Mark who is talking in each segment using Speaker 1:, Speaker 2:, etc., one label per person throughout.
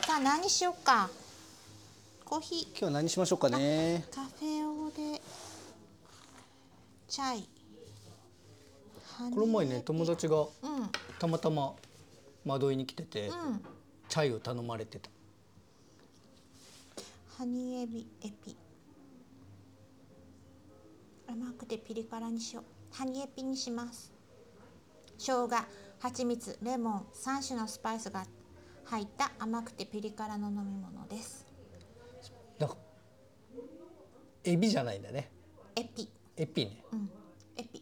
Speaker 1: さあ何しよっかコーヒー
Speaker 2: 今日何しましょうかね
Speaker 1: カフェオレチャイハニー
Speaker 2: この前ね友達が
Speaker 1: うんうん
Speaker 2: たまたま窓いに来てて、チャイを頼まれてた
Speaker 1: ハニーエビエピ甘くてピリ辛にしようハニーエピにします生姜蜂蜜レモン3種のスパイスが入った甘くてピリ辛の飲み物です
Speaker 2: なんかエビじゃないんだね
Speaker 1: エピ
Speaker 2: エピね
Speaker 1: うんエピ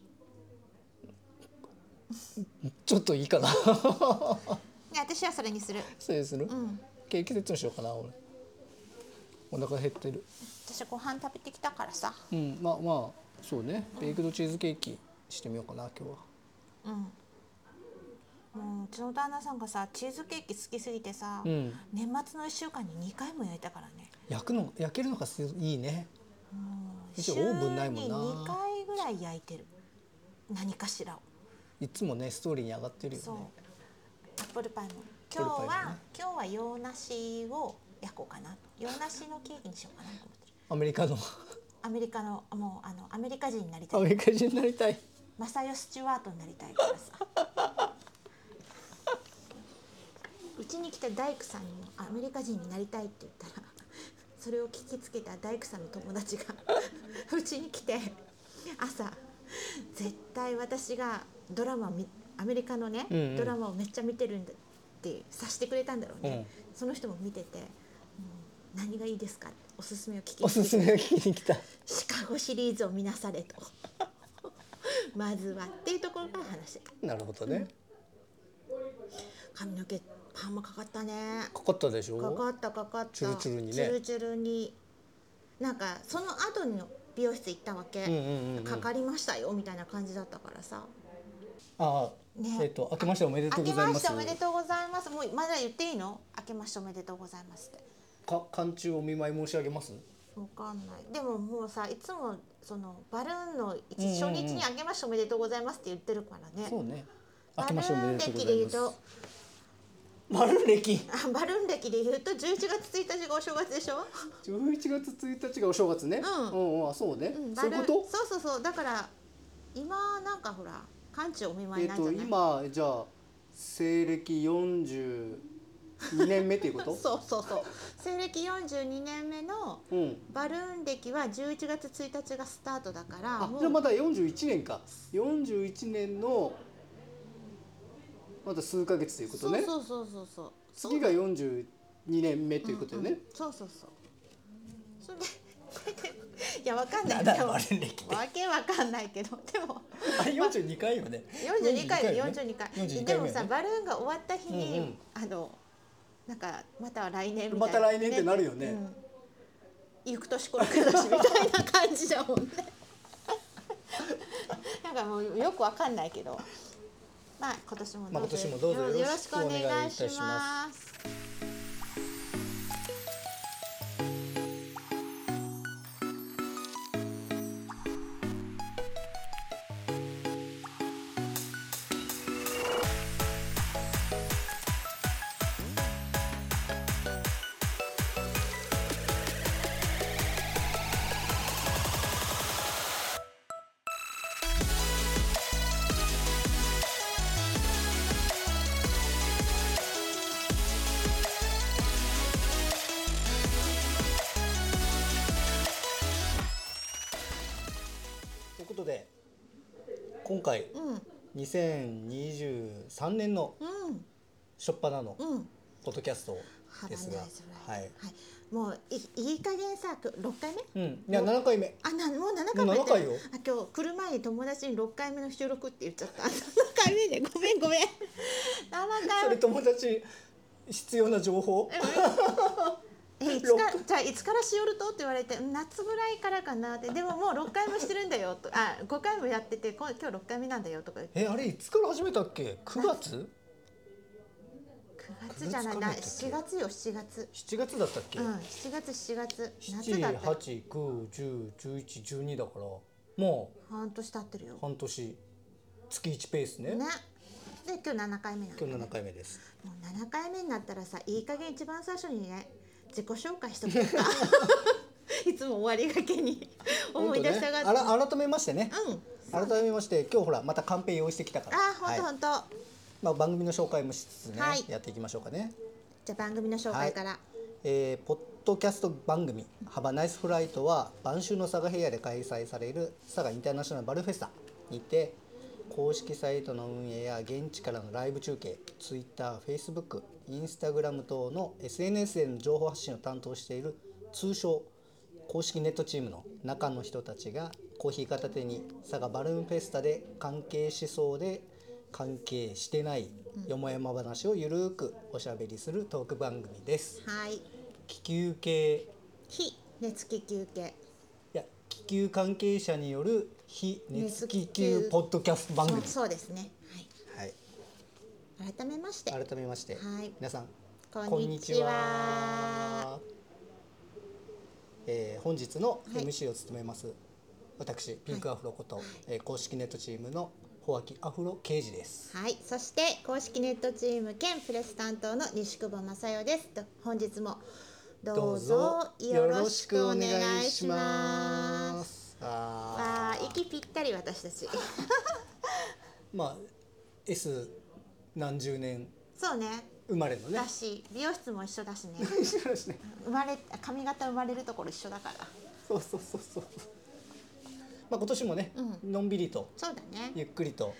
Speaker 2: ちょっといいかな
Speaker 1: ね私はそれにする
Speaker 2: そうでする、
Speaker 1: うん
Speaker 2: ケーキセットにしようかな俺お腹減ってる
Speaker 1: 私ご飯食べてきたからさ
Speaker 2: うんまあまあそうねベイクドチーズケーキしてみようかな今日は
Speaker 1: うんもううちの旦那さんがさチーズケーキ好きすぎてさ、
Speaker 2: うん
Speaker 1: 年末の1週間に2回も焼いたからね
Speaker 2: 焼くの焼けるのがすいいねうち
Speaker 1: 週
Speaker 2: オ
Speaker 1: に
Speaker 2: ーブンないもんな
Speaker 1: 2回ぐらい焼いてる何かしらを
Speaker 2: いつもねストーリーに上がってるよ
Speaker 1: そう
Speaker 2: ね
Speaker 1: アップルパイも
Speaker 2: プ
Speaker 1: 今
Speaker 2: ル
Speaker 1: 日
Speaker 2: パイもね
Speaker 1: は、今日は洋梨を焼こうかな洋梨のケーキにしようかなと思ってる
Speaker 2: アメリカの
Speaker 1: アメリカのもうあのアメリカ人になりた
Speaker 2: ア
Speaker 1: い
Speaker 2: メリカ人になりたい
Speaker 1: マサヨスチュワートになりたいからさうちに来た大工さんにもアメリカ人になりたいって言ったらそれを聞きつけた大工さんの友達がうちに来て朝絶対私がドラマを見アメリカのね、
Speaker 2: うんうん
Speaker 1: ドラマをめっちゃ見てるんだって察してくれたんだろうね、その人も見てて、うん何がいいですかおすすめを聞き
Speaker 2: お
Speaker 1: つけ
Speaker 2: す
Speaker 1: て
Speaker 2: すめを聞きに来た
Speaker 1: シカゴシリーズを見なされと まずはっていうところから話してた
Speaker 2: なるほどね、
Speaker 1: 髪の毛パーマかかったね
Speaker 2: かかったでしょ
Speaker 1: かかったかかった
Speaker 2: チュルチュルにね
Speaker 1: チュルチュルになんかその後の美容室行ったわけ、
Speaker 2: うんうんうんうん
Speaker 1: かかりましたよみたいな感じだったからさ
Speaker 2: ああ、
Speaker 1: ね
Speaker 2: えっ、と明けましておめでと
Speaker 1: 明
Speaker 2: うご
Speaker 1: け
Speaker 2: ざい
Speaker 1: ま
Speaker 2: ま
Speaker 1: し
Speaker 2: す
Speaker 1: ておめでとうございますもうまだ言っていいの明けましておめでとうございますって
Speaker 2: か寒中お見舞い申し上げます
Speaker 1: わかんないでももうさいつもそのバルーンの一
Speaker 2: うんうんうん
Speaker 1: 初日に明けましておめでとうございますって言ってるからね
Speaker 2: そうね明
Speaker 1: バ
Speaker 2: け
Speaker 1: ル
Speaker 2: ましてお
Speaker 1: ー
Speaker 2: め
Speaker 1: ン
Speaker 2: でと
Speaker 1: 歴
Speaker 2: うご
Speaker 1: で
Speaker 2: ざ
Speaker 1: 言
Speaker 2: いうます
Speaker 1: と
Speaker 2: 丸歴
Speaker 1: あ バルーン歴で言うと11月1日がお正月でしょ、
Speaker 2: 11月1日がお正月ね
Speaker 1: うん
Speaker 2: うん、あそうね、
Speaker 1: うん、
Speaker 2: そういう
Speaker 1: バルー
Speaker 2: こ
Speaker 1: ンそうそうそうだから今なんかほら完治お見
Speaker 2: と
Speaker 1: 舞
Speaker 2: え
Speaker 1: い
Speaker 2: っ、
Speaker 1: なんじゃ
Speaker 2: と
Speaker 1: ない、
Speaker 2: 今じゃあ西暦42年目っていうこ と
Speaker 1: そうそうそう西暦42年目の
Speaker 2: うん
Speaker 1: バルーン歴は11月1日がスタートだから
Speaker 2: あ
Speaker 1: も
Speaker 2: じゃあま
Speaker 1: う
Speaker 2: だ41年か41年のまだ数ヶ月ということ
Speaker 1: そう
Speaker 2: ね
Speaker 1: そうそうそうそう
Speaker 2: 次が42年目ということよね、
Speaker 1: うんうんそうそうそうそれで いやわかんない
Speaker 2: なんだ
Speaker 1: でも
Speaker 2: バルーン歴って
Speaker 1: わけわかんないけどでも
Speaker 2: あれ42回よね
Speaker 1: 42回
Speaker 2: よね
Speaker 1: 42回
Speaker 2: 42
Speaker 1: で
Speaker 2: 回
Speaker 1: も
Speaker 2: 目よ
Speaker 1: さ
Speaker 2: ね
Speaker 1: バルーンが終わった日に、
Speaker 2: うんうん
Speaker 1: あのなんかまた来年みたいな、
Speaker 2: また来年ってなるよね
Speaker 1: うん行く年この年みたいな感じだもんね なんかもうよくわかんないけどまあ今年もどうぞ,、
Speaker 2: まあ今年もどうぞ
Speaker 1: よ
Speaker 2: よ
Speaker 1: ろ
Speaker 2: ろ
Speaker 1: し
Speaker 2: し
Speaker 1: くお
Speaker 2: くお
Speaker 1: 願
Speaker 2: 願
Speaker 1: い
Speaker 2: い
Speaker 1: い
Speaker 2: い
Speaker 1: た
Speaker 2: た
Speaker 1: し
Speaker 2: し
Speaker 1: ま
Speaker 2: ますということで今回
Speaker 1: う
Speaker 2: 2023年の
Speaker 1: んうん
Speaker 2: 初っ端の
Speaker 1: うん
Speaker 2: ポッドキャスト
Speaker 1: ハバ
Speaker 2: で
Speaker 1: ナイ
Speaker 2: す
Speaker 1: ズ
Speaker 2: が、
Speaker 1: ライブ
Speaker 2: はい、
Speaker 1: もういいい加減さ6回目
Speaker 2: うん、いや7回目
Speaker 1: あなもう7回もやってる
Speaker 2: もう
Speaker 1: あ今日来る前に友達に6回目の収録って言っちゃった7回目でごめんごめん7回
Speaker 2: そ
Speaker 1: 目
Speaker 2: れ友達必要な情報
Speaker 1: えいつかじゃあいつからしよるとって言われてうん夏ぐらいからかなってでももう6回もしてるんだよとあ5回もやっててこん今日6回目なんだよとか言って
Speaker 2: えあれいつから始めたっけ9月
Speaker 1: 9月じゃないな
Speaker 2: 9
Speaker 1: 7月よ7月
Speaker 2: 7月だったっけ、
Speaker 1: うん7月7月夏だ
Speaker 2: 7、
Speaker 1: った
Speaker 2: 8、9、10、11、12だからも
Speaker 1: 半年経ってるよ
Speaker 2: う半年月1ペースね
Speaker 1: ね。で今日7回目なの
Speaker 2: 今日7回目です
Speaker 1: もう7回目になったらさいい加減一番最初にね自己紹介しとく か いつも終わりがけに思い出したがっ
Speaker 2: 本
Speaker 1: て、
Speaker 2: 当ねあら改めましてね、
Speaker 1: うん
Speaker 2: 改めまして今日ほらまたカンペ用意してきたから
Speaker 1: あほんと
Speaker 2: は
Speaker 1: ほ
Speaker 2: い
Speaker 1: んと、
Speaker 2: まあ、番組の紹介もしつつね、
Speaker 1: はい
Speaker 2: やっていきましょうかね
Speaker 1: じゃあ番組の紹介から、
Speaker 2: えーポッドキャスト番組「ハバナイスフライトは晩秋の佐賀平野で開催される佐賀インターナショナルバルフェスタにて公式サイトの運営や現地からのライブ中継 TwitterFacebook、Instagram 等の SNS での情報発信を担当している通称公式ネットチームの中の人たちがコーヒー片手に佐賀バルーンフェスタで関係しそうで関係してないよもやま話をゆるーくおしゃべりするトーク番組です。
Speaker 1: はい
Speaker 2: 気球系
Speaker 1: 非熱気球系
Speaker 2: いや気球関係者による非熱気球ポッドキャスト番
Speaker 1: そ
Speaker 2: 組
Speaker 1: う、そうですね、
Speaker 2: はい、
Speaker 1: はい、改めまして
Speaker 2: 改めまして、
Speaker 1: はい
Speaker 2: 皆さん
Speaker 1: こんにちは
Speaker 2: こんにちはえー本日の
Speaker 1: はい
Speaker 2: MC を務めます、私ピンクアフロこと、えー公式ネットチームのホアキアフロ刑事です
Speaker 1: はい、そして公式ネットチーム兼プレス担当の西久保正代です。と本日もどうぞよろしくお願いします。
Speaker 2: すあ
Speaker 1: わあ、
Speaker 2: ー
Speaker 1: 息ぴったり私たち。
Speaker 2: まあ S 何十年
Speaker 1: そうね。
Speaker 2: 生まれのね
Speaker 1: だし、美容室も一緒だし ね。
Speaker 2: 一緒だしね
Speaker 1: 生まれ髪型生まれるところ一緒だから。
Speaker 2: そうそうそうそう。まあ今年もね、のんびりと
Speaker 1: そうだね。
Speaker 2: ゆっくりと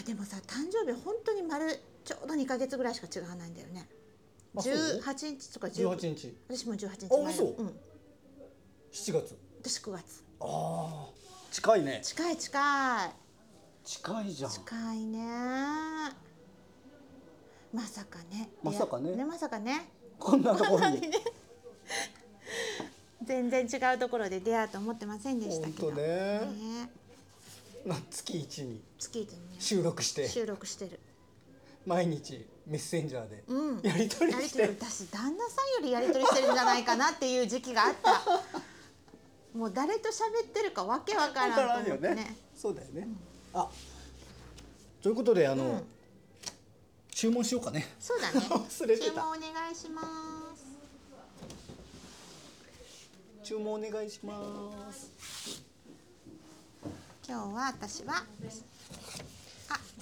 Speaker 1: あ、でもさ、誕生日本当に丸ちょうど二ヶ月ぐらいしか違わないんだよね。
Speaker 2: あそう
Speaker 1: 十八日とか
Speaker 2: 十
Speaker 1: 十
Speaker 2: 八。日、
Speaker 1: 私も十八日
Speaker 2: あ嘘
Speaker 1: うん。
Speaker 2: 七月。
Speaker 1: 私九月。
Speaker 2: ああ、近いね。
Speaker 1: 近い近い。
Speaker 2: 近いじゃん。
Speaker 1: 近いねまさかね
Speaker 2: まさかね
Speaker 1: いやまさかね
Speaker 2: こんなところに。
Speaker 1: 全然違うところで出会うと思ってませんでしたけど
Speaker 2: 本当ね
Speaker 1: ね
Speaker 2: まあ月一に
Speaker 1: 月一にね
Speaker 2: 収録して、
Speaker 1: 収録してる
Speaker 2: 毎日メッセンジャーで
Speaker 1: うん
Speaker 2: やり取り
Speaker 1: やり
Speaker 2: し
Speaker 1: とり
Speaker 2: て。
Speaker 1: 私旦那さんよりやりとりしてるんじゃないかなっていう時期があ ったもう誰と喋ってるかわけわか
Speaker 2: わからら
Speaker 1: ん
Speaker 2: ん
Speaker 1: と思
Speaker 2: よ
Speaker 1: ってね
Speaker 2: ね。そうだよね。あ、ということであの、
Speaker 1: うん
Speaker 2: 注文しようかね。
Speaker 1: そうだね
Speaker 2: 忘れてた
Speaker 1: 注文お願いします
Speaker 2: 注文お願いします。
Speaker 1: 今日は私はあ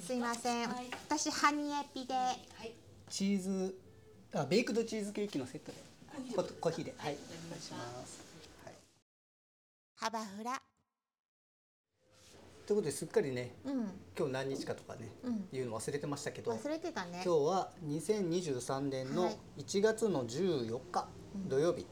Speaker 1: すいません
Speaker 3: はい
Speaker 1: 私ハニエピで
Speaker 3: はい、
Speaker 2: チーズあベイクドチーズケーキのセットでココーヒーではい
Speaker 3: お
Speaker 2: お
Speaker 3: 願
Speaker 2: 願
Speaker 3: い
Speaker 2: い
Speaker 3: し
Speaker 2: し
Speaker 3: ま
Speaker 2: ます、はい、
Speaker 1: 幅フラ
Speaker 2: ということですっかりね
Speaker 1: うん
Speaker 2: 今日何日かとかね、
Speaker 1: うん
Speaker 2: 言うの忘れてましたけど
Speaker 1: 忘れてたね
Speaker 2: 今日は2023年
Speaker 1: は
Speaker 2: の
Speaker 1: い
Speaker 2: 1月の14日土曜日、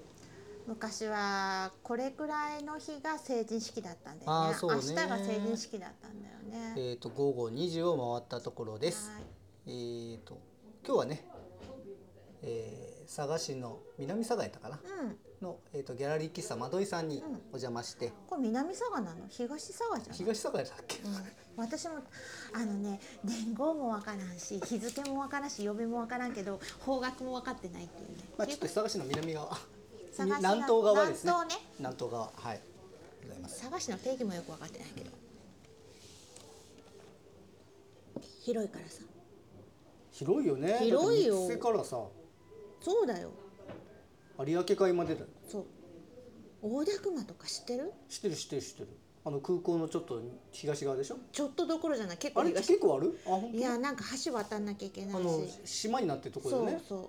Speaker 1: 昔はこれくらいの日が成人式だったんだよ
Speaker 2: あ
Speaker 1: ね
Speaker 2: ーそうね
Speaker 1: 明日が成人式だったんだよね、
Speaker 2: えっ、と午後2時を回ったところです
Speaker 1: はい
Speaker 2: えっ、と今日はね、えー佐賀市の南佐賀やったかな
Speaker 1: うん
Speaker 2: の、えー、とギャラリー喫茶まどいさんにお邪魔して、
Speaker 1: これ南佐賀なの東佐賀じゃない
Speaker 2: 東佐賀やったっけ、
Speaker 1: うん、私もあのね年号もわからんし日付もわからんし呼びもわからんけど方角も分かってないっていうね、
Speaker 2: まあ、ちょっと佐賀市の南側
Speaker 1: 佐賀市の
Speaker 2: 南東側ですね
Speaker 1: 南東ね
Speaker 2: 南東側はいございます
Speaker 1: 探しの定義もよく分かってないけど広いからさ
Speaker 2: 広いよね
Speaker 1: 広いよ
Speaker 2: だって三瀬からさ
Speaker 1: そうだよ
Speaker 2: 有明海までだよ
Speaker 1: そう大田熊とか知ってる
Speaker 2: 知ってる知ってる知ってるあの空港のちょっと東側でしょ
Speaker 1: ちょっとどころじゃない結
Speaker 2: あ
Speaker 1: 構
Speaker 2: れ
Speaker 1: 東
Speaker 2: 結構あるあ本
Speaker 1: いやなんか橋渡んなきゃいけな
Speaker 2: 当。
Speaker 1: い
Speaker 2: あ
Speaker 1: し
Speaker 2: の島になってるとこ
Speaker 1: そ
Speaker 2: ろだよ
Speaker 1: う
Speaker 2: ね
Speaker 1: そう
Speaker 2: よ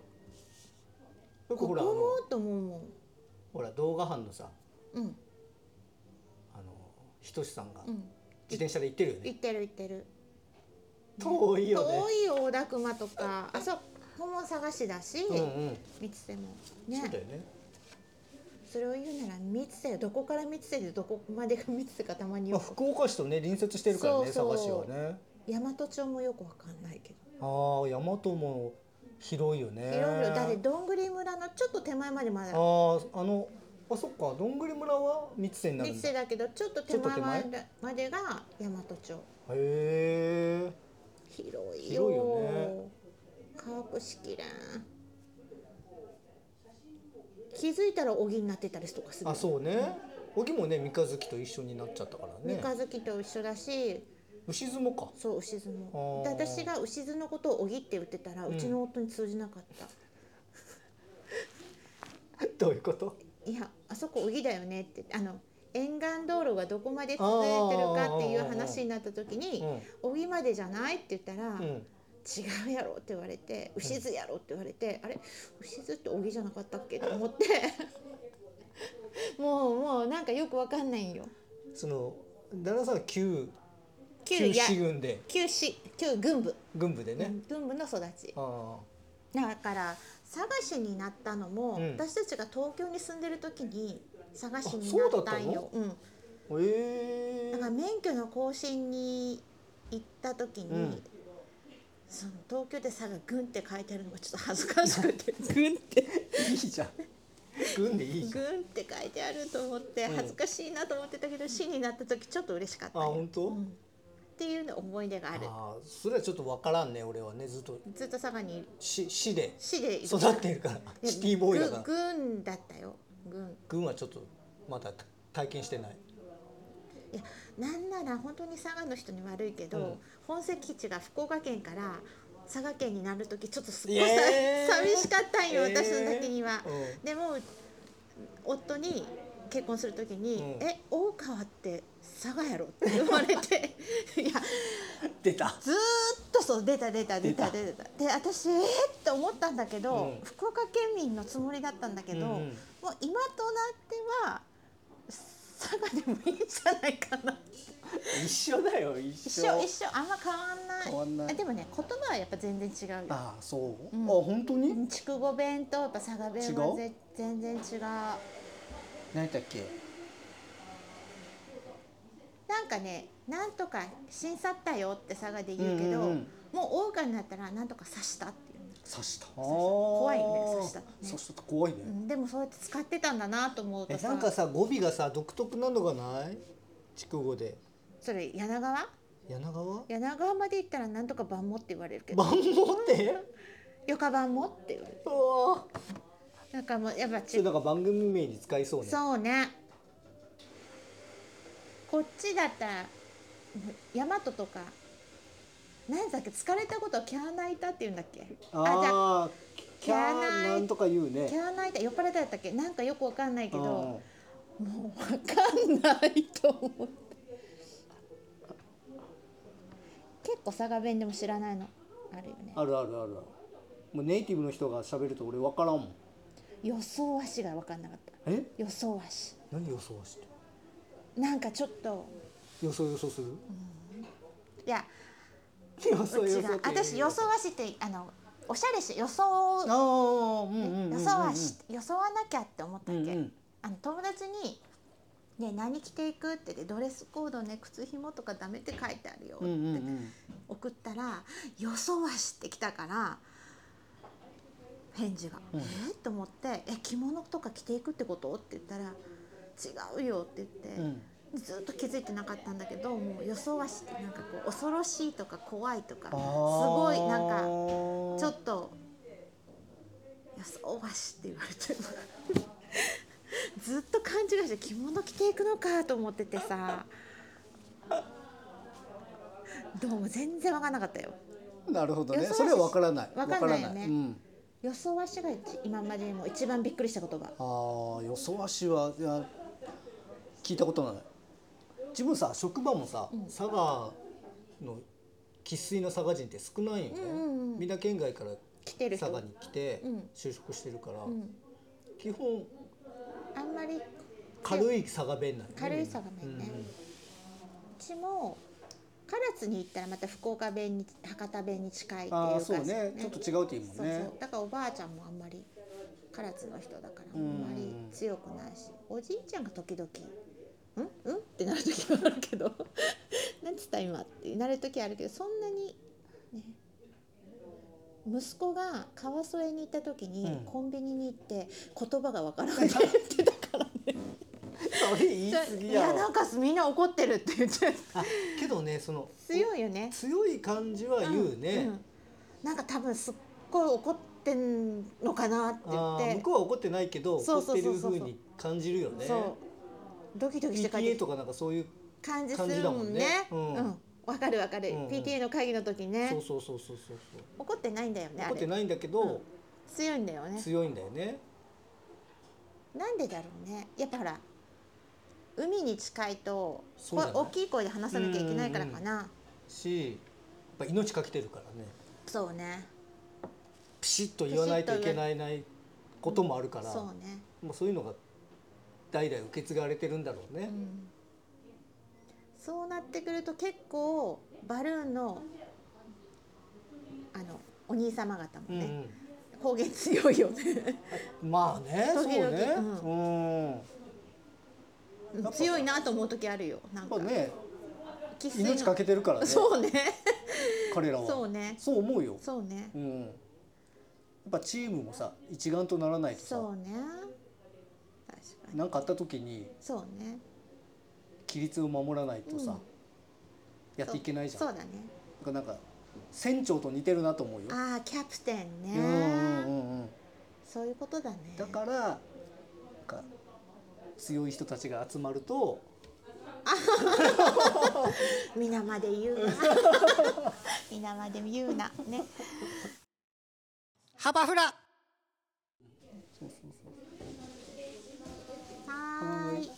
Speaker 2: く
Speaker 1: こ
Speaker 2: ほらあ
Speaker 1: こ
Speaker 2: の
Speaker 1: もと思うもん
Speaker 2: ほら動画班のさ
Speaker 1: うん
Speaker 2: あのひとしさんが
Speaker 1: う
Speaker 2: 自
Speaker 1: ん
Speaker 2: 転車で行ってるよ
Speaker 1: 行
Speaker 2: ね、
Speaker 1: ってる行ってる
Speaker 2: 遠いよね
Speaker 1: 遠いよ大田熊とかあそこも探しだし、
Speaker 2: うんうん、
Speaker 1: 三つ瀬も
Speaker 2: そうだ
Speaker 1: ね
Speaker 2: よね
Speaker 1: それを言うなら三つ瀬よどこから三つ瀬でどこまでが三つ瀬かたまに
Speaker 2: ま
Speaker 1: よ
Speaker 2: あ、
Speaker 1: く
Speaker 2: 福岡市とね隣接してるからね
Speaker 1: そうそう
Speaker 2: 佐賀市はね
Speaker 1: 大和町もよくわかんないけど
Speaker 2: ああ大和も広いよね
Speaker 1: いろいろだってどんぐり村のちょっと手前までま
Speaker 2: あ
Speaker 1: だ
Speaker 2: ーあのあそっかどんぐり村は密瀬になる
Speaker 1: 三
Speaker 2: ん
Speaker 1: つ
Speaker 2: だ
Speaker 1: 瀬
Speaker 2: へ
Speaker 1: だけどちょっと手前までまでが大和町
Speaker 2: え
Speaker 1: 広いよ
Speaker 2: 広いよ
Speaker 1: 乾くしきれん気づいたら荻になってたりとかする
Speaker 2: あそうね荻もね三日月と一緒になっちゃったからね
Speaker 1: 三日月と一緒だし
Speaker 2: 牛相撲か
Speaker 1: そう牛相撲
Speaker 2: あー
Speaker 1: で私が牛相のことを「おぎ」って言ってたら、うちの夫に通じなかった
Speaker 2: どういうこと
Speaker 1: 「いやあそこ小木だよね」ってあの沿岸道路がどこまで続いてるかっていう話になった時に
Speaker 2: うん
Speaker 1: 「小木までじゃない?」って言ったら「
Speaker 2: うん
Speaker 1: 違うやろ」って言われて「牛津やろ」って言われて「あれ牛津って小木じゃなかったっけ?」と思って もうもうなんかよくわかんないんよ。
Speaker 2: その旦那さんは旧
Speaker 1: 旧
Speaker 2: 旧
Speaker 1: や
Speaker 2: 市軍で
Speaker 1: 旧市旧軍部、
Speaker 2: 軍部でね、
Speaker 1: 軍部の育ち
Speaker 2: あ
Speaker 1: だから佐賀市になったのも、
Speaker 2: うん
Speaker 1: 私たちが東京に住んでる時に佐賀市
Speaker 2: あ
Speaker 1: に
Speaker 2: そ
Speaker 1: な
Speaker 2: うだ
Speaker 1: っ
Speaker 2: った
Speaker 1: た
Speaker 2: の
Speaker 1: んよ。うん
Speaker 2: あえ
Speaker 1: だから
Speaker 2: え
Speaker 1: 免許の更新に行った時に、
Speaker 2: うん
Speaker 1: その東京で佐賀郡って書いてあるのがちょっと恥ずかしく て「郡って
Speaker 2: いいじゃん軍でい いじゃん
Speaker 1: 郡って書いてあると思って
Speaker 2: うん
Speaker 1: 恥ずかしいなと思ってたけど、市になった時ちょっと嬉しかった
Speaker 2: あ
Speaker 1: よ
Speaker 2: 本当、
Speaker 1: うんっていうの思い出がある
Speaker 2: あーそれはちょっとわからんね俺はねずっと
Speaker 1: ずっと佐賀に
Speaker 2: 市市で
Speaker 1: 市で
Speaker 2: 育っているから
Speaker 1: いや
Speaker 2: シティボーイだから
Speaker 1: 郡郡だったよ郡
Speaker 2: 軍はちょっとまだ体験してない
Speaker 1: いやなんなら本当に佐賀の人に悪いけど、
Speaker 2: うん
Speaker 1: 本籍地が福岡県から佐賀県になる時ちょっとすっごい、
Speaker 2: えー
Speaker 1: 寂しかったんよ
Speaker 2: えー
Speaker 1: 私の時には、
Speaker 2: う
Speaker 1: でも夫に結婚する時に「
Speaker 2: うん
Speaker 1: え大川って佐賀やろ?」って言われ ていや
Speaker 2: 出た
Speaker 1: ずーっとそう出た出た出た
Speaker 2: 出
Speaker 1: 出たで私えっ、って思ったんだけど、
Speaker 2: うん
Speaker 1: 福岡県民のつもりだったんだけど、
Speaker 2: うん
Speaker 1: もう今となっては佐賀でもいいんじゃないかな
Speaker 4: 一緒だよ一
Speaker 1: 一緒一緒あんま変わんない
Speaker 4: 変わんない
Speaker 1: あでもね言葉はやっぱ全然違うよ
Speaker 4: ああそう、
Speaker 1: うん
Speaker 4: あ本当に
Speaker 1: 筑後弁とやっぱ佐賀弁
Speaker 4: 違
Speaker 1: は
Speaker 4: う
Speaker 1: ぜ全然違うな
Speaker 4: 何だっけ
Speaker 1: んかねなんとか審査ったよって佐賀で言うけど、
Speaker 4: うんうんうん
Speaker 1: もう大川になったらなんとか刺したっていうね、
Speaker 4: 刺した
Speaker 1: 怖いね
Speaker 4: あー
Speaker 1: 刺したってね
Speaker 4: 刺したって怖いね、
Speaker 1: うん、でもそうやって使ってたんだなと思うと
Speaker 2: え
Speaker 1: さ
Speaker 2: なんかさ語尾がさ独特なのがない筑後で
Speaker 1: それ柳川
Speaker 2: 柳川
Speaker 1: 柳川まで行ったらなんとか晩もって言われるけど
Speaker 2: 万能って
Speaker 1: よか晩もって言われる
Speaker 2: うわー
Speaker 1: なんかもうやっぱ
Speaker 2: そ
Speaker 1: ち
Speaker 2: れなんか番組名に使いそうね
Speaker 1: そうねこっちだったら大和とか何だっけ疲れたことをキャーナイタって言うんだっけあじゃあ
Speaker 4: ああキャ
Speaker 1: キャー
Speaker 4: ー
Speaker 1: な
Speaker 4: ないんとか言うね
Speaker 1: キャーナイタ酔っ払ったやったっけなんかよくわかんないけど
Speaker 4: うん
Speaker 1: もうわかんないと思って結構佐賀弁でも知らないのあるよね
Speaker 4: あるあるあるもうネイティブの人が喋ると俺分からんもん
Speaker 1: 予想足がわかんなかった
Speaker 4: え
Speaker 1: 予想足
Speaker 2: 何予想して
Speaker 1: なんかちょっと
Speaker 2: 予想予 想する
Speaker 1: いや
Speaker 2: 予想
Speaker 1: 違
Speaker 2: 予
Speaker 1: う
Speaker 2: 想
Speaker 1: 私予想はしてあのおしゃれし予想
Speaker 4: ああうんうんうんうんうん
Speaker 1: 予想はし予想はなきゃって思ったっけ、
Speaker 4: うんうん
Speaker 1: あの友達に「ねえ何着ていく?」って言って「ドレスコードね靴ひもとかダメって書いてあるよ」っ
Speaker 4: う
Speaker 1: て
Speaker 4: んうんうん
Speaker 1: 送ったら「予想はし」ってきたから返事が「えーっ?」と思って「え着物とか着ていくってこと?」って言ったら「違うよ」って言って。
Speaker 4: うん
Speaker 1: ずっと気づいてなかったんだけどもう予想はしてなんかこう恐ろしいとか怖いとかす
Speaker 4: あ
Speaker 1: ごいなんか
Speaker 4: ー
Speaker 1: ちょっと「よそおわし」って言われて ずっと勘違いして着物着ていくのかと思っててさどうも全然分かんなかったよ
Speaker 4: なるほどね
Speaker 1: 予想はし
Speaker 4: それは分からない
Speaker 1: 分かんないよ
Speaker 4: 分
Speaker 1: ね
Speaker 4: からうん
Speaker 1: 予想わしが一今までにも一番びっくりした言葉
Speaker 4: ああよそ足はいや聞いたことない
Speaker 2: 自分さ職場もさ、佐賀の生粋の佐賀人って少ないよね、
Speaker 1: うんうんうん
Speaker 2: みんな県外から
Speaker 1: 来てる人
Speaker 2: 佐賀に来て
Speaker 1: うん
Speaker 2: 就職してるから、
Speaker 1: うん、
Speaker 2: 基本
Speaker 1: あんまり
Speaker 2: 軽い佐賀弁なんよね
Speaker 1: 軽い佐賀弁ねうちも唐津に行ったらまた福岡弁に博多弁に近いっていう
Speaker 4: あ
Speaker 1: か
Speaker 4: あそうねちょっと違うっていうもん
Speaker 1: そう
Speaker 4: ね
Speaker 1: そうだからおばあちゃんもあんまり唐津の人だからあ
Speaker 4: うん
Speaker 1: んまり強くないしおじいちゃんが時々「うんうん?」ってなる時もあるけど 「なんつった今」ってなる時あるけどそんなにね息子が川添に行った時に
Speaker 2: うん
Speaker 1: コンビニに行って言葉がわからないって言ってたからね
Speaker 2: それ言い過ぎ
Speaker 1: い
Speaker 2: や
Speaker 1: や
Speaker 2: ろ
Speaker 1: なんかみんな怒ってるって言っちゃう
Speaker 2: あけどねその
Speaker 1: 強いよね
Speaker 2: 強い感じは言うね、
Speaker 1: んなんか多分すっごい怒ってんのかなって
Speaker 2: あ
Speaker 1: 言
Speaker 2: ー
Speaker 1: って
Speaker 2: 向こうは怒ってないけど
Speaker 1: そ
Speaker 2: 怒
Speaker 1: う
Speaker 2: っ
Speaker 1: そう
Speaker 2: て
Speaker 1: そ
Speaker 2: る
Speaker 1: うそう
Speaker 2: 風に感じるよね
Speaker 1: そうドキドキして帰っ
Speaker 2: PTA
Speaker 1: て
Speaker 2: とかなんかそういう
Speaker 1: 感じするもんね
Speaker 2: 感じだもんねうん
Speaker 1: うんわかるわかる、
Speaker 2: うんうん
Speaker 1: PTA の会議の時ね
Speaker 2: そうそうそうそうそうそう
Speaker 1: 怒ってないんだよねあ
Speaker 2: 怒って
Speaker 1: れ
Speaker 2: ないんだけど、
Speaker 1: 強いんだよね
Speaker 2: 強いんだよね
Speaker 1: なんでだろうねやっぱほら海に近いと
Speaker 2: そう
Speaker 1: こ
Speaker 2: だ
Speaker 1: う
Speaker 2: ね
Speaker 1: 大きい声で話さなきゃいけないからかな、
Speaker 2: しやっぱ命かけてるからね
Speaker 1: そうね
Speaker 2: ピシッと言わないといけないないこともあるから
Speaker 1: そうね、
Speaker 2: もうそういうのが代々受け継がれてるんだろうね
Speaker 1: う、ん、そうなってくると結構バルーンのあのお兄様方も
Speaker 2: うん
Speaker 1: ね、方言強いよね
Speaker 2: うんまあねそう
Speaker 1: 時々
Speaker 2: ね、
Speaker 1: う
Speaker 2: うん
Speaker 1: うん
Speaker 2: ぱさ
Speaker 1: 強いなと思う時あるよなん
Speaker 4: ま
Speaker 1: か
Speaker 4: あね
Speaker 1: 生粋の
Speaker 4: 命かけてるからね
Speaker 1: そうね
Speaker 4: 彼らは
Speaker 1: そうね
Speaker 4: そう思うよ、
Speaker 1: そうね
Speaker 4: うん、やっぱチームもさ一丸とならないとさ
Speaker 1: そうね確かに
Speaker 4: 何かあった時に
Speaker 1: そうね
Speaker 4: 規律を守らないとさ、
Speaker 1: うん
Speaker 4: やっていけないじゃん
Speaker 1: そ
Speaker 4: だ
Speaker 1: うだね
Speaker 4: からなんか船長と似てるなと思うよ、
Speaker 1: ああキャプテン
Speaker 4: うんうんう
Speaker 1: ね
Speaker 4: んうん
Speaker 1: そういうことだね
Speaker 4: だからなんか強い人たちが集まると
Speaker 1: 皆まで言 うな皆まで言うなね
Speaker 2: ハバフラ
Speaker 1: はーい。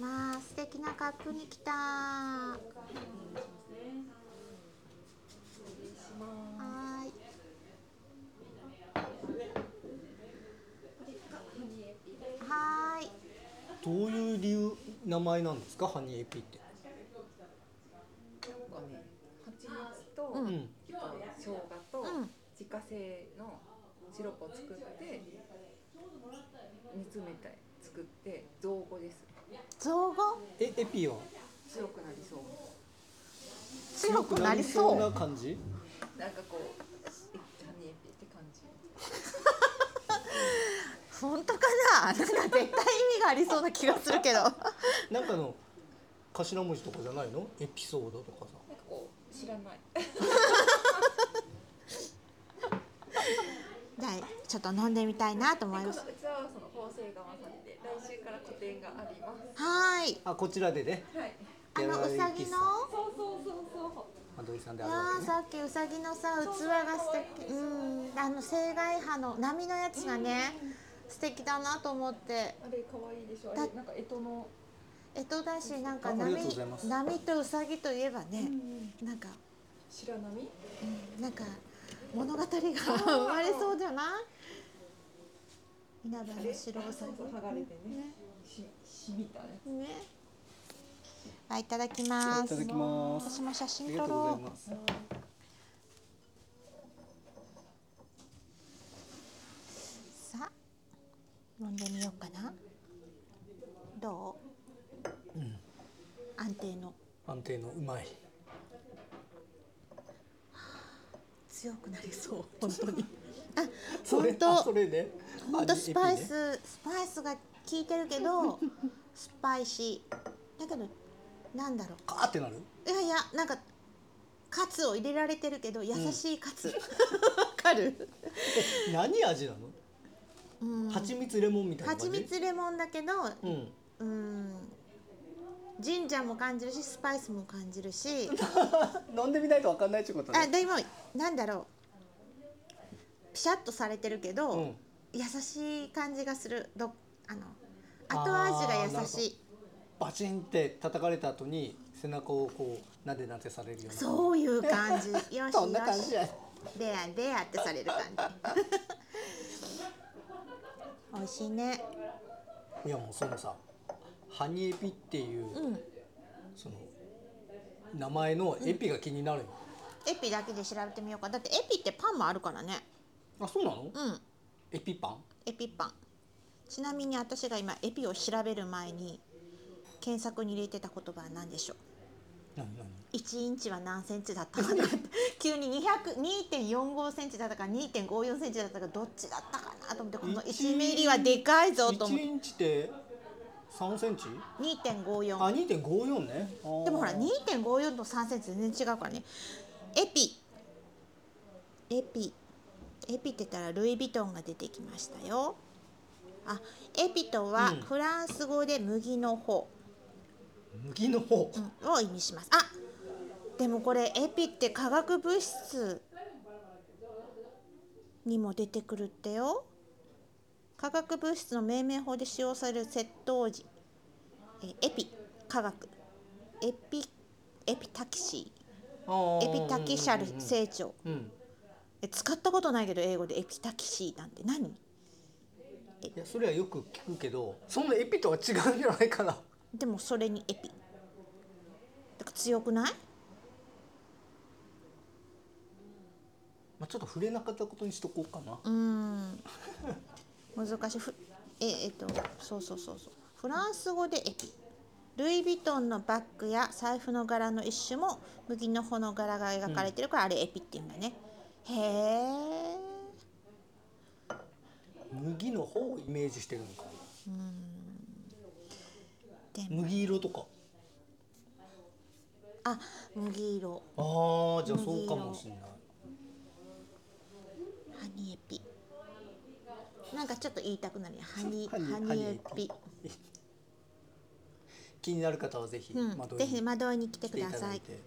Speaker 1: まあ素敵なカップに来た。はーい。はーい。
Speaker 2: どういう理由名前なんですかハニーエピって、
Speaker 3: なんかね、蜂蜜と、
Speaker 1: う
Speaker 3: うん
Speaker 2: うん、
Speaker 3: 生姜と
Speaker 1: うん
Speaker 3: 自家製のシロップを作って煮詰めて作って造語です。
Speaker 1: 造語
Speaker 2: えエピは
Speaker 3: 強くなりそう。
Speaker 1: 強くなりそう。
Speaker 2: な感じ
Speaker 3: なんかこう、えハニーエピって感じ。
Speaker 1: 本当かな。 なんか絶対意味がありそうな気がするけど。
Speaker 2: なんかの頭文字とかじゃないのエピソードとかさ
Speaker 3: なんかこう知らない。
Speaker 1: じゃあちょっと飲んでみたいなと思
Speaker 3: こ
Speaker 1: い
Speaker 3: の
Speaker 1: ま
Speaker 3: 器
Speaker 1: す。
Speaker 3: はその縫製釜さんで来週から個展があります。
Speaker 1: はーい。
Speaker 2: あこちらでね
Speaker 3: はい。
Speaker 1: あのうさぎの。
Speaker 3: そうそうそうそう。
Speaker 2: アドリさん
Speaker 1: い
Speaker 2: であ
Speaker 1: や
Speaker 2: るわ
Speaker 1: ー
Speaker 2: けね
Speaker 1: さっきうさぎのさ器が素敵うんあの正外派の波のやつがね素敵だなと思って
Speaker 3: あれ可愛いでしょ。あ
Speaker 1: だ
Speaker 3: れなんか干支の。
Speaker 1: 江戸だしなんか
Speaker 2: ああ
Speaker 1: 波
Speaker 2: りがとうございます
Speaker 1: 波とうさぎといえばねなんか
Speaker 3: 白波。
Speaker 1: うんなんか物語が生まれそうじゃない稲葉の白うさ
Speaker 3: そうそう剥がれてね。し、しみたね。
Speaker 1: ぎねはいいただきま
Speaker 4: いた
Speaker 1: す
Speaker 4: だきます
Speaker 1: 私も写
Speaker 4: あ
Speaker 1: 真
Speaker 4: り
Speaker 1: 撮
Speaker 4: がとうござ
Speaker 1: ろ
Speaker 4: いうます
Speaker 1: さあ飲んでみようかなどう、安定の
Speaker 2: 安定のうまい
Speaker 1: 強くなりそう本当にあ
Speaker 2: それ
Speaker 1: 本
Speaker 2: あそ
Speaker 1: 当
Speaker 2: れね
Speaker 1: 本当スパイ
Speaker 2: あエピね
Speaker 1: ス、スパイスが効いてるけ どスパイシーだけどなんだろ
Speaker 2: カーってなる
Speaker 1: ういやいやなんかカツを入れられてるけど優しいカツ、わかる
Speaker 2: え何味なの
Speaker 1: うん
Speaker 2: 蜂蜜レモンみたいな
Speaker 1: 蜂
Speaker 2: 感じ
Speaker 1: 蜜レモンだけど
Speaker 2: うん
Speaker 1: うんジンジャーも感じるしスパイスも感じるし
Speaker 4: 飲んでみないとわかんないってこと
Speaker 1: あ
Speaker 4: ね
Speaker 1: でもなんだろうピシャッとされてるけど、
Speaker 2: うん
Speaker 1: 優しい感じがするどあの後味が優しい
Speaker 2: バチンって叩かれた後に背中をこうなでなでされるような
Speaker 1: そういう感 じよしよし
Speaker 2: そんな感じや
Speaker 1: でやでやってされる感 じ美味しいね
Speaker 2: いやもうそのさハニエピっていう、
Speaker 1: うん
Speaker 2: その名前のエピが気になるよ、
Speaker 1: エピだけで調べてみようかだってエピってパンもあるからね
Speaker 2: あそうなの、
Speaker 1: うん
Speaker 2: エピパン
Speaker 1: エピパンちなみに私が今エピを調べる前に検索に入れてた言葉は何でしょう
Speaker 2: 何何
Speaker 1: 1インチは何センチだったかなって 急に200 2.45センチだったか2.54センチだったかどっちだったかなと思ってこの1ミリはでかいぞと思っ
Speaker 2: 1
Speaker 1: て
Speaker 2: インチって3センチあ
Speaker 1: 2.54
Speaker 2: 2.54ねあー
Speaker 1: でもほら2.54と3センチ全然違うからねエピエピエピって言ったらルイ・ヴィトンが出てきましたよあエピとは
Speaker 2: うん
Speaker 1: フランス語で麦の穂、
Speaker 2: 麦の方
Speaker 1: うんを意味しますあでもこれエピって化学物質にも出てくるってよ化学物質の命名法で使用される窃盗時えエピ化学エピエピタキシーエピタキシャル成長
Speaker 2: うん
Speaker 1: え使ったことないけど英語でエピタキシーなんて何
Speaker 2: いやそれはよく聞くけどそのエピとは違うんじゃないかな
Speaker 1: でもそれにエピだから強くない
Speaker 2: まあ、ちょっと触れなかったことにしとこうかな
Speaker 1: うーん難しいふええっとそうそうそうそうフランス語でエピルイ・ヴィトンのバッグや財布の柄の一種も麦の穂の柄が描かれてるから、あれエピって言うんだねへえ
Speaker 2: 麦の方をイメージしてるのか
Speaker 1: でも
Speaker 2: 麦色とか
Speaker 1: あ麦色
Speaker 2: あーじゃあそうかもしれない
Speaker 1: ハニエピなんかちょっと言いたくなるよハニ
Speaker 2: ハニ
Speaker 1: ハニエ
Speaker 2: ハニエ
Speaker 1: ピ
Speaker 2: ピ気になる方はぜひ
Speaker 1: うん、
Speaker 2: 窓に
Speaker 1: ぜひ窓に来て
Speaker 2: 来
Speaker 1: く
Speaker 2: てい
Speaker 1: だ
Speaker 2: た
Speaker 1: さ
Speaker 2: だ
Speaker 1: い
Speaker 2: いて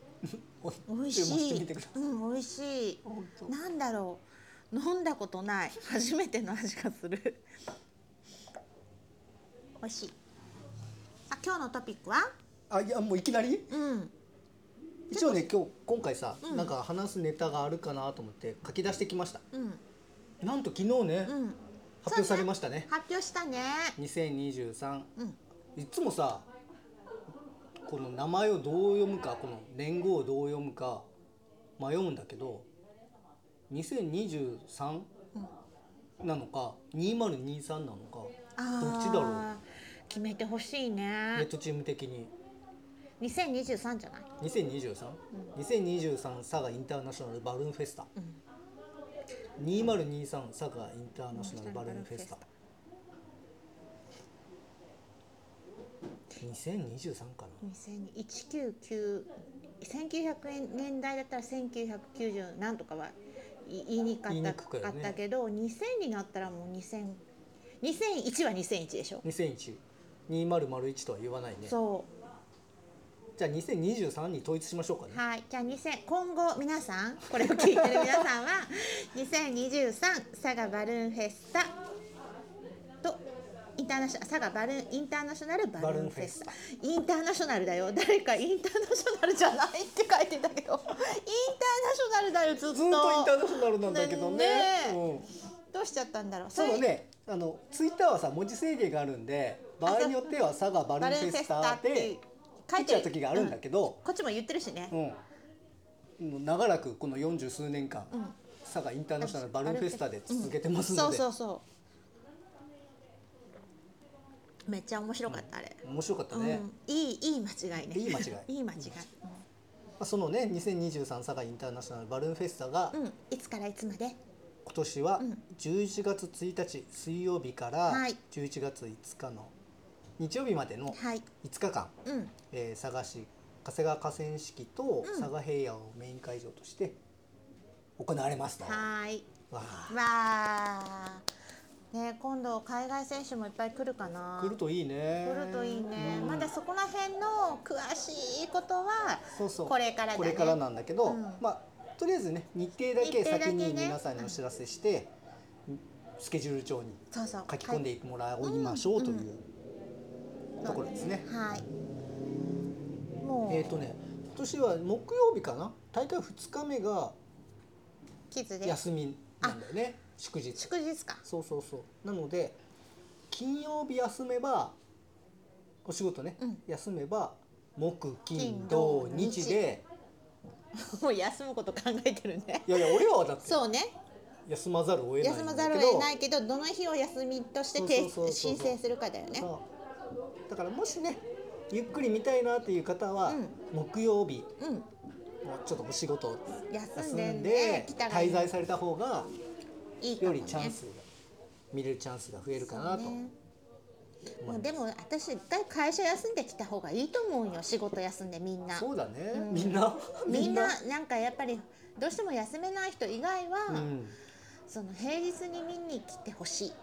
Speaker 1: 美味
Speaker 2: 注文
Speaker 1: し
Speaker 2: して
Speaker 1: い
Speaker 2: みてください
Speaker 1: うん、美味しい
Speaker 2: 本当
Speaker 1: なんだろう飲んだことない初めての味がする美味しいあ今日のトピックは
Speaker 2: あいやもういきなり
Speaker 1: うん
Speaker 2: 一応ね今日今回さ、
Speaker 1: うん
Speaker 2: なんか話すネタがあるかなと思って書き出してきました
Speaker 1: うん
Speaker 2: なんと昨日ね、
Speaker 1: うん
Speaker 2: 発表されましたね
Speaker 1: 発表したね
Speaker 2: 2023
Speaker 1: うん
Speaker 2: いつもさこの名前をどう読むかこの年号をどう読むか迷うんだけど2023なのか2023なのか
Speaker 1: あー
Speaker 2: どっちだろ
Speaker 1: 決めてほしいう
Speaker 2: ネッ
Speaker 1: ね
Speaker 2: トチーム的に
Speaker 1: 2023じゃない
Speaker 2: 2023?2023 佐賀インターナショナルバルーンフェスタ、2023佐賀インターナショナルバルーンフェスタ2023かな
Speaker 1: 2019 1900年代だったら1990なんとかはい言いにくかっ
Speaker 2: 言い
Speaker 1: た
Speaker 2: にく
Speaker 1: か
Speaker 2: かよね
Speaker 1: ったけど2000になったらもう2000 2001は2001でしょ
Speaker 2: 2001 2001とは言わないね
Speaker 1: そ
Speaker 2: じゃあ2023に統一しましょうかね
Speaker 1: うはいじゃあ2000今後皆さんこれを聞いてる皆さんは 2023佐賀バルーンフェスタとインターナショナル佐賀バルーンインターナショナルバルーンフェスタ
Speaker 2: バル
Speaker 1: インターナショナルだよ誰かインターナショナルじゃないって書いて たけどインターナショナルだよずっと
Speaker 2: ずっとインターナショナルなんだけどね
Speaker 1: ねえ
Speaker 2: うん、
Speaker 1: どうしちゃったんだろうそ
Speaker 2: そう
Speaker 1: れ
Speaker 2: だねあのツイッターはさ文字制限があるんで場合によっては佐賀バル
Speaker 1: バル
Speaker 2: ー
Speaker 1: ー
Speaker 2: ン
Speaker 1: ンフェ
Speaker 2: フェス
Speaker 1: ス
Speaker 2: タ
Speaker 1: タ
Speaker 2: ー
Speaker 1: っ
Speaker 2: ってて書いちゃう時があるんだけど、
Speaker 1: こっちも言ってるしね、
Speaker 2: うんもう長らくこの40数年間、
Speaker 1: ん
Speaker 2: 佐賀インターナショナルバルーンフェスタで続けてます
Speaker 1: そ
Speaker 2: の
Speaker 1: う
Speaker 2: で、
Speaker 1: そうそうめっちゃ面白かったあれ、
Speaker 2: 面白かったね、ま
Speaker 1: うん、いいいい間違いね
Speaker 2: いい間違い
Speaker 1: いい間違い、
Speaker 2: あそのね2023佐賀インターナショナルバルーンフェスタが
Speaker 1: うんうん、いつからいつまで
Speaker 2: 今年は
Speaker 1: うん
Speaker 2: 11月1日水曜日から
Speaker 1: はい
Speaker 2: 11月5日の日曜日までの
Speaker 1: はい
Speaker 2: 5日間、
Speaker 1: うん
Speaker 2: えー佐賀市長谷川河川敷と
Speaker 1: うん
Speaker 2: 佐賀平野をメイン会場として行われますと。
Speaker 1: はーい
Speaker 2: わあ
Speaker 1: わーね今度海外選手もいっぱい来るかな
Speaker 2: 来るといいね。
Speaker 1: 来るといいね、
Speaker 2: うん
Speaker 1: まだそこら辺の詳しいことは
Speaker 2: そうそう
Speaker 1: これからだね
Speaker 2: これからなんだけど、
Speaker 1: うん
Speaker 2: まあとりあえずね日程だ
Speaker 1: 日
Speaker 2: け
Speaker 1: 程だ
Speaker 2: 先
Speaker 1: けね
Speaker 2: に皆さんにお知らせして、スケジュール帳に
Speaker 1: そうそう
Speaker 2: 書き込んでもらいましょうというところですね。
Speaker 1: はいもう、
Speaker 2: えっ、とね今年は木曜日かな大会2日目が
Speaker 1: キズで
Speaker 2: 休みなんだよね祝日。
Speaker 1: 祝日か
Speaker 2: そうそうそうなので金曜日休めばお仕事ね、
Speaker 1: うん
Speaker 2: 休めば木金
Speaker 1: 金
Speaker 2: 土
Speaker 1: 土
Speaker 2: 日で
Speaker 1: もう休むこと考えてるね
Speaker 2: いやいや俺らはだって
Speaker 1: そうね
Speaker 2: 休まざるを得ない
Speaker 1: 休
Speaker 2: んだ
Speaker 1: ま
Speaker 2: けど
Speaker 1: ざるを得ないけどどの日を休みとして提
Speaker 2: そうそうそうそ
Speaker 1: 申
Speaker 2: う
Speaker 1: 請するかだよね
Speaker 2: そうだからもしねゆっくり見たいなっていう方は、
Speaker 1: うん
Speaker 2: 木曜日
Speaker 1: うん
Speaker 2: もうちょっとお仕事を
Speaker 1: 休
Speaker 2: 休
Speaker 1: んで
Speaker 2: ん
Speaker 1: ね
Speaker 2: で
Speaker 1: 来たらい
Speaker 2: 滞
Speaker 1: い
Speaker 2: 在された方が
Speaker 1: いいか
Speaker 2: よ
Speaker 1: も
Speaker 2: り
Speaker 1: ね
Speaker 2: チャンスが見れるチャンスが増えるかなと
Speaker 1: そう
Speaker 2: 思い
Speaker 1: ねも
Speaker 2: ま
Speaker 1: う
Speaker 2: す
Speaker 1: でも私一回会社休んできた方がいいと思うよ仕事休んでみんな
Speaker 2: そうだね、
Speaker 1: うん
Speaker 2: みんな
Speaker 1: みんななんかやっぱりどうしても休めない人以外は、
Speaker 2: うん
Speaker 1: その平日に見に来てほしい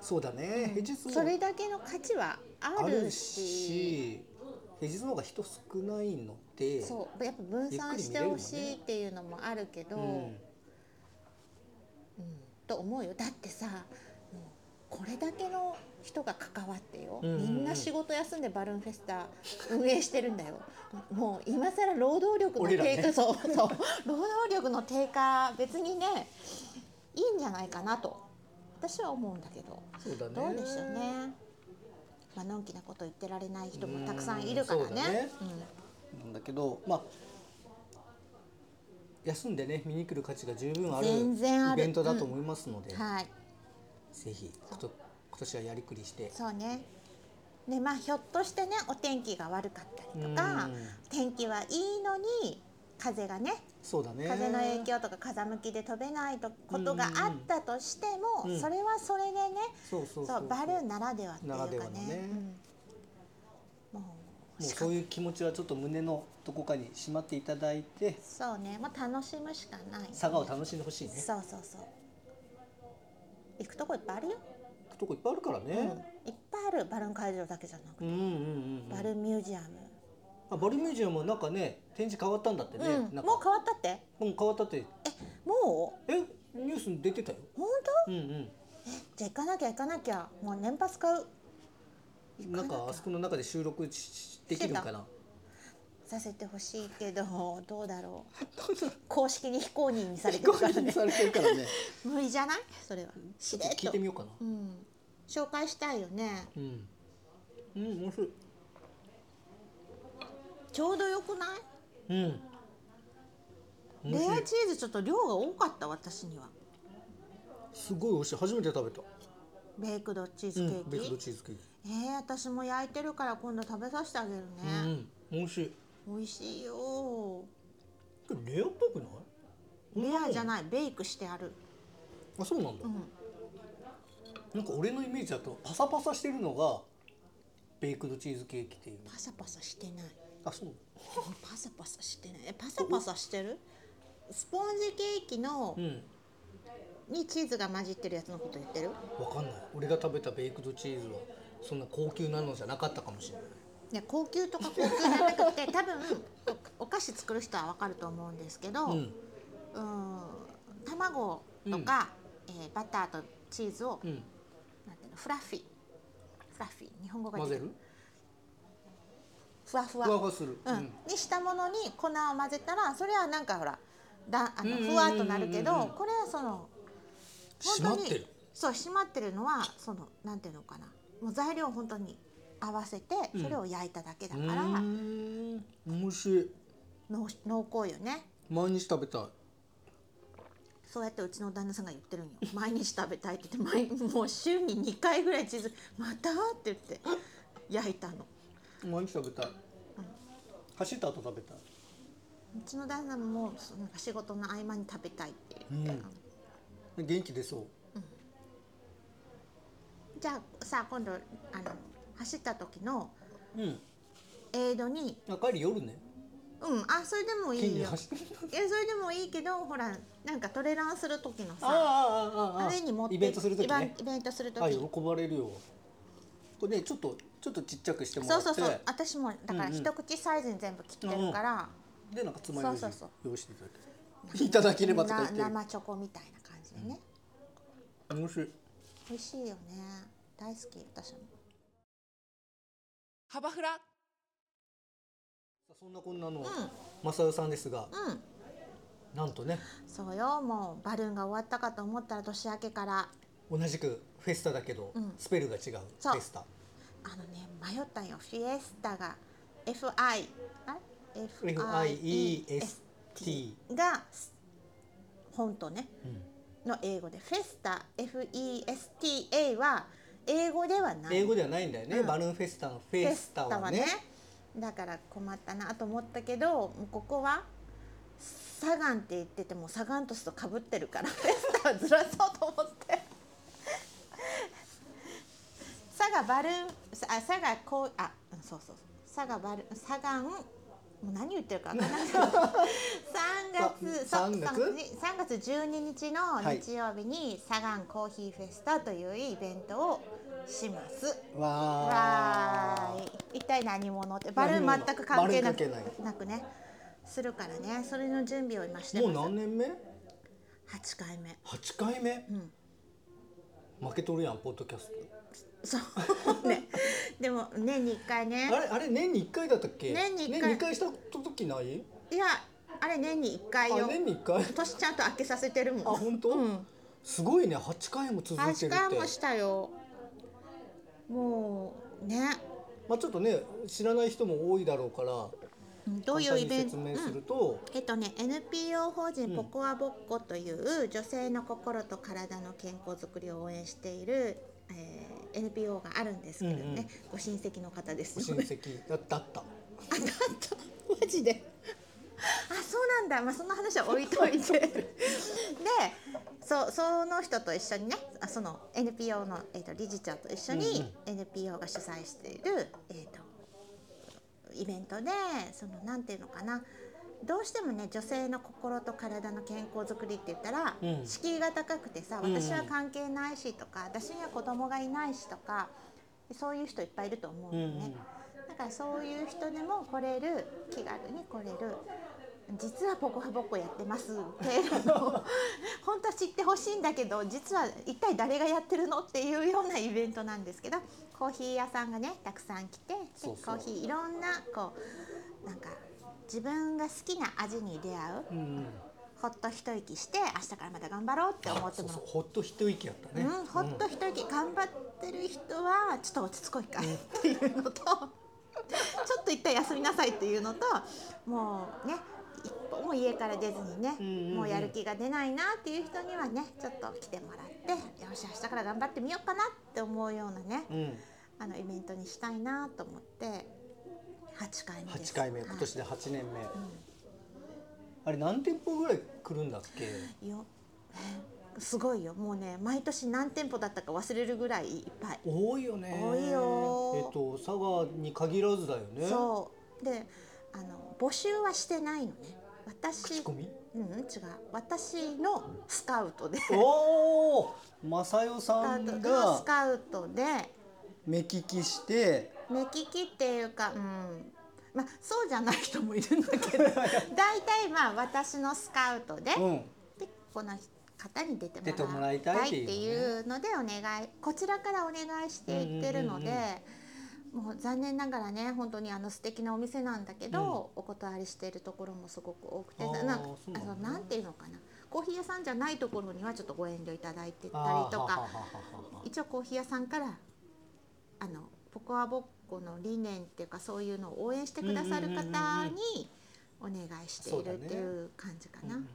Speaker 2: そうだね、平日も
Speaker 1: それだけの価値はあ
Speaker 2: あ
Speaker 1: る
Speaker 2: る
Speaker 1: し
Speaker 2: し平日の方が人少ないので
Speaker 1: そうやっぱ分散してほしいっていうのもあるけど、
Speaker 2: ん、
Speaker 1: と思うよだってさもうこれだけの人が関わってよ、
Speaker 2: うんうんうん
Speaker 1: みんな仕事休んでバルーンフェスタ運営してるんだよ もう今更労働力の
Speaker 2: 俺らね
Speaker 1: 低下、 そうそう労働力の低下別にねいいんじゃないかなと私は思うんだけど
Speaker 2: そうだね
Speaker 1: どうでしょうね、まあのんきなこと言ってられない人もたくさんいるからね
Speaker 2: うんそうだね
Speaker 1: うん
Speaker 2: なんだけどまあ休んでね見に来る価値が十分ある
Speaker 1: 全然ある
Speaker 2: イベントだと思いますので、
Speaker 1: はい
Speaker 2: ぜひこと今年はやりくりして
Speaker 1: そうねでまあひょっとしてねお天気が悪かったりとか
Speaker 2: うん
Speaker 1: 天気はいいのに風がね
Speaker 2: そうだね
Speaker 1: 風の影響とか風向きで飛べないとことがあったとしても、
Speaker 2: うんうん
Speaker 1: それはそれでね、
Speaker 2: そうそう
Speaker 1: そうバルーンならではっていうか
Speaker 2: ならでは
Speaker 1: ね
Speaker 2: のね
Speaker 1: うんもう
Speaker 2: もう
Speaker 1: しか
Speaker 2: そういう気持ちはちょっと胸のどこかにしまっていただいて
Speaker 1: そうね、まあ、楽しむしかない、
Speaker 2: 佐賀を楽しんでほしいね
Speaker 1: そうそうそう行くとこいっぱいあるよ、
Speaker 2: 行くとこいっぱいあるから
Speaker 1: うん、いっ
Speaker 2: ね、
Speaker 1: ぱいあるバルーン会場だけじゃなくて、
Speaker 2: うん、うんうんうん
Speaker 1: バルーンミュージアム、
Speaker 2: あバルミュージアムはなんかね展示変わったんだってね、
Speaker 1: うん、
Speaker 2: なん
Speaker 1: もう
Speaker 2: か
Speaker 1: 変わったって
Speaker 2: うん変わったって
Speaker 1: もう
Speaker 2: えニュースに出てたよ
Speaker 1: 本
Speaker 2: うんうん
Speaker 1: 当じゃあ行かなきゃ行かなきゃもう年パス買う行
Speaker 2: なん
Speaker 1: な
Speaker 2: かあ
Speaker 1: き
Speaker 2: そ
Speaker 1: ゃ
Speaker 2: この中で収録しできるの かな
Speaker 1: させてほしいけどどうだろう公式に非公認にされてるか
Speaker 2: 公
Speaker 1: ら
Speaker 2: 認
Speaker 1: ね
Speaker 2: されてるからね
Speaker 1: 無理じゃないそれはしれっ
Speaker 2: 聞い
Speaker 1: と
Speaker 2: て、みようかな
Speaker 1: うん、紹介したいよね
Speaker 2: うんうん面白い
Speaker 1: ちょうどよくない
Speaker 2: うん面
Speaker 1: レ
Speaker 2: 白
Speaker 1: ア
Speaker 2: い
Speaker 1: チーズちょっと量が多かった私には
Speaker 2: すごい美味しい初めて食べた
Speaker 1: ベイクドチー
Speaker 2: う
Speaker 1: ズケー
Speaker 2: ん
Speaker 1: キ、
Speaker 2: ベイクドチーズケーキ
Speaker 1: えー、私も焼いてるから今度食べさせてあげるね、
Speaker 2: うん美味しい
Speaker 1: 美味しいよ
Speaker 2: これレアっぽくない
Speaker 1: レアじゃ
Speaker 2: い
Speaker 1: ないベイクしてある
Speaker 2: あそうなんだ、
Speaker 1: ん
Speaker 2: なんか俺のイメージだとパサパサしてるのがベイクドチーズケーキっていう
Speaker 1: パサパサしてない
Speaker 2: あそう
Speaker 1: パサパサしてないえパサパサしてるスポンジケーキの
Speaker 2: うん
Speaker 1: にチーズが混じってるやつのこと言ってる
Speaker 2: わかんない俺が食べたベイクドチーズはそんな高級なのじゃなかったかもしれない
Speaker 1: ね高級とか高級じゃな くて多分おお菓子作る人はわかると思うんですけど、う、
Speaker 2: うんん
Speaker 1: 卵とか、えーバターとチーズを、
Speaker 2: うん
Speaker 1: なんていうのフラッフィーフラッフィー日本語が
Speaker 2: 混
Speaker 1: 出
Speaker 2: ぜ
Speaker 1: て
Speaker 2: る
Speaker 1: ふわふわ
Speaker 2: ふわふわする
Speaker 1: うんにしたものに粉を混ぜたらそれはなんかほらだあの
Speaker 2: うんうんうんうんうん
Speaker 1: ふわっとなるけどこれはその
Speaker 2: 閉まってる
Speaker 1: そう閉まってるのはそのなんていうのかなもう材料を本当に合わせて
Speaker 2: うん
Speaker 1: それを焼いただけだ
Speaker 2: う
Speaker 1: から、
Speaker 2: ーん美味しい
Speaker 1: の濃厚よね
Speaker 2: 毎日食べたい
Speaker 1: そうやってうちの旦那さんが言ってるんよ 毎日食べたいって言って毎もう週に2回ぐらいチーズ「また?」って言って焼いたの
Speaker 2: 毎日食べたい、走った後食べたいう
Speaker 1: ちの旦那もそうなんか仕事の合間に食べたいって言って。
Speaker 2: うん元気出そう
Speaker 1: じゃあさ今度あの走った時の
Speaker 2: うん
Speaker 1: エイドに
Speaker 2: あ帰り夜ね
Speaker 1: うんあそれでもい
Speaker 2: 近
Speaker 1: い
Speaker 2: に
Speaker 1: よ
Speaker 2: 走ってた
Speaker 1: いやそれでもいいけどほらなんかトレランする時のさ
Speaker 2: ああああああ
Speaker 1: あれに持って
Speaker 2: イベントする時
Speaker 1: イ
Speaker 2: ね
Speaker 1: ベンイベントする時
Speaker 2: あ喜ばれるよこれねちょっとちょっとちっちゃくしてもら
Speaker 1: そ
Speaker 2: っ
Speaker 1: う
Speaker 2: て
Speaker 1: そうそう私もだから
Speaker 2: うんうん
Speaker 1: 一口サイズに全部切ってるから、
Speaker 2: でなんかつまようじ
Speaker 1: そうそうそう
Speaker 2: 用意していただい ていただければとか
Speaker 1: な
Speaker 2: 言って
Speaker 1: 生チョコみたいな感じでね、
Speaker 2: 面白い
Speaker 1: 美味しいよね大好き私も
Speaker 3: 幅フラ
Speaker 2: さあそんなこんなの
Speaker 1: う
Speaker 2: マサヨさんですが
Speaker 1: んうん
Speaker 2: なんとね
Speaker 1: そうよもうバルーンが終わったかと思ったら年明けから
Speaker 2: 同じくフェスタだけど
Speaker 1: うん
Speaker 2: スペルが違うフ
Speaker 1: そう
Speaker 2: ェスタ
Speaker 1: あのね迷ったんよフィエスタが FI あ
Speaker 2: FIEST
Speaker 1: が本当ね
Speaker 2: うん
Speaker 1: の英語でフェスタ FESTA は英語ではない
Speaker 2: 英語ではないんだよね
Speaker 1: うん
Speaker 2: バルーンフェスタのフ
Speaker 1: フ
Speaker 2: ェ
Speaker 1: ェ
Speaker 2: ス
Speaker 1: ス
Speaker 2: タ
Speaker 1: タ
Speaker 2: は
Speaker 1: は
Speaker 2: ね
Speaker 1: ねだから困ったなと思ったけどもうここはサガンって言っててもサガン鳥とかぶってるから フェスタはずらそうと思って佐賀バルーンあ佐賀こうあうんそうそうそう佐賀バル佐賀ンもう何言ってるか分からない 3月
Speaker 2: さ
Speaker 1: そう
Speaker 2: 3月
Speaker 1: 3月12日の
Speaker 2: はい
Speaker 1: 日曜日に、サガンコーヒーフェスタというイベントをします。
Speaker 2: わ
Speaker 1: わ
Speaker 2: ー
Speaker 1: ーい一体何者ってバルー
Speaker 2: 何
Speaker 1: ン
Speaker 2: 者
Speaker 1: 全く関係な
Speaker 2: バ
Speaker 1: く
Speaker 2: ルーン関
Speaker 1: なくねするからねそれの準備を今して
Speaker 2: も
Speaker 1: ま
Speaker 2: う
Speaker 1: す
Speaker 2: 何年目
Speaker 1: 8回目
Speaker 2: ?8 回目、負けとるやんポッドキャス
Speaker 1: そう ねでも年に1回
Speaker 2: ト
Speaker 1: ね
Speaker 2: あれあれ年に1回だったっけ
Speaker 1: 年に一回
Speaker 2: 年に回した時ない
Speaker 1: いやあれ年に1
Speaker 2: あ
Speaker 1: 回よ
Speaker 2: 年に1回
Speaker 1: 年ちゃんと開けさせてるもん
Speaker 2: あ本当、
Speaker 1: うん
Speaker 2: すごいね8回も続い
Speaker 1: 8
Speaker 2: てるって
Speaker 1: 回もしたよもうね
Speaker 2: まあ、ちょっとね知らない人も多いだろうから
Speaker 1: どういうイベント、
Speaker 2: 簡単
Speaker 1: う
Speaker 2: に説明する
Speaker 1: ん、
Speaker 2: と、
Speaker 1: えっとね NPO 法人ポコアボッコという女性の心と体の健康づくりを応援している、えー NPO があるんですけどね、
Speaker 2: うんうん
Speaker 1: ご親戚の方です
Speaker 2: ご
Speaker 1: よ
Speaker 2: 親
Speaker 1: ね。
Speaker 2: 戚だったった
Speaker 1: あなんと マジであそうなんだ、まあ、その話は置いとい てでそうその人と一緒にねあその NPO の、えー、と理事長と一緒に NPO が主催している、えー、とイベントでそのなんていうのかなどうしてもね女性の心と体の健康づくりって言ったら、
Speaker 2: うん
Speaker 1: 敷居が高くてさ
Speaker 2: うん
Speaker 1: 私は関係ないしとか、私には子供がいないしとかそういう人いっぱいいると思う
Speaker 2: う
Speaker 1: の
Speaker 2: ん
Speaker 1: ね。
Speaker 2: うん
Speaker 1: だからそういう人でも来れる気軽に来れる実はポコハポコやってますっていうのを本当は知ってほしいんだけど 実は一体誰がやってるのっていうようなイベントなんですけどコーヒー屋さんがねたくさん来てで
Speaker 2: そうそう
Speaker 1: コーヒーいろんなこうなんか自分が好きな味に出会う
Speaker 2: うんうん
Speaker 1: ほっと一息して明日からまた頑張ろうって思
Speaker 2: あ
Speaker 1: って
Speaker 2: そう
Speaker 1: もら
Speaker 2: そう
Speaker 1: う。
Speaker 2: ほっと一息やったね、
Speaker 1: うん、ほっと一息頑張ってる人はちょっと落ち着こいかっていうのとちょっと一回休みなさいっていうのともうね一歩も家から出ずにね、
Speaker 2: うんうんうん
Speaker 1: もうやる気が出ないなっていう人にはねちょっと来てもらってよし明日から頑張ってみようかなって思うようなね、
Speaker 2: うんうん
Speaker 1: あのイベントにしたいなと思って8回目です
Speaker 2: 8回目
Speaker 1: はい
Speaker 2: 今年で8年目、あれ何店舗ぐらい来るんだっけ
Speaker 1: よえすごいよもうね毎年何店舗だったか忘れるぐらいいっぱい
Speaker 2: 多いよね
Speaker 1: 多いよ
Speaker 2: えっと佐賀に限らずだよね
Speaker 1: そうであの募集はしてないのね私
Speaker 2: 口コミ
Speaker 1: うん違う私のスカウトでス
Speaker 2: おお正代さ
Speaker 1: カウ
Speaker 2: ん
Speaker 1: トのス
Speaker 2: が
Speaker 1: カウトで
Speaker 2: 目利きして
Speaker 1: 目利きっていうかうんまあそうじゃない人もいるん だけど大体まあ私のスカウトで,、
Speaker 2: うん
Speaker 1: でこの方に出てもら
Speaker 2: 出てもらいたいってい
Speaker 1: っ
Speaker 2: うね
Speaker 1: ていうのでお願いこちらからお願いしていってるので。
Speaker 2: うんうん
Speaker 1: もう残念ながらね本当にあの素敵なお店なんだけど、お断りしているところもすごく多くて
Speaker 2: あー
Speaker 1: なんか
Speaker 2: そうなんだ
Speaker 1: あのなんていうのかなコーヒー屋さんじゃないところにはちょっとご遠慮いただいてたりと
Speaker 2: あーはははは
Speaker 1: か
Speaker 2: は
Speaker 1: 一応コーヒー屋さんからあのポコアボッコの理念っていうかそういうのを応援してくださる
Speaker 2: うんうんうん
Speaker 1: 方
Speaker 2: うん
Speaker 1: にお願いしているっていう感じかな。
Speaker 2: うんうん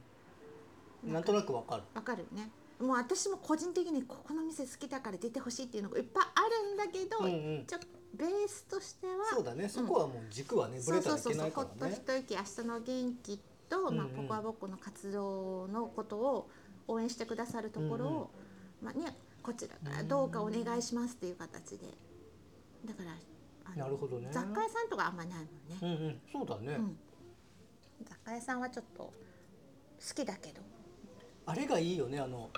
Speaker 2: なんとなくわかる
Speaker 1: わかるよねもう私も個人的にここの店好きだから出てほしいっていうのがいっぱいあるんだけど、
Speaker 2: うんうん
Speaker 1: ちょベースとしては
Speaker 2: そうだねそこはもう軸はねぶ
Speaker 1: そ
Speaker 2: れ
Speaker 1: う
Speaker 2: た
Speaker 1: そうそうそ
Speaker 2: らいけな
Speaker 1: う
Speaker 2: い
Speaker 1: ほ
Speaker 2: か
Speaker 1: っ
Speaker 2: ら
Speaker 1: と
Speaker 2: ね
Speaker 1: 一息明日の元気と、まあ
Speaker 2: うんうん
Speaker 1: ポコアボッコの活動のことを応援してくださるところを、まあねこちらからどうかお願いしますっていう形でだからあの
Speaker 2: なるほどね
Speaker 1: 雑貨屋さんとかあんまないもん
Speaker 2: う
Speaker 1: ね、
Speaker 2: んうんそうだね
Speaker 1: うん雑貨屋さんはちょっと好きだけど
Speaker 2: あれがいいよねあの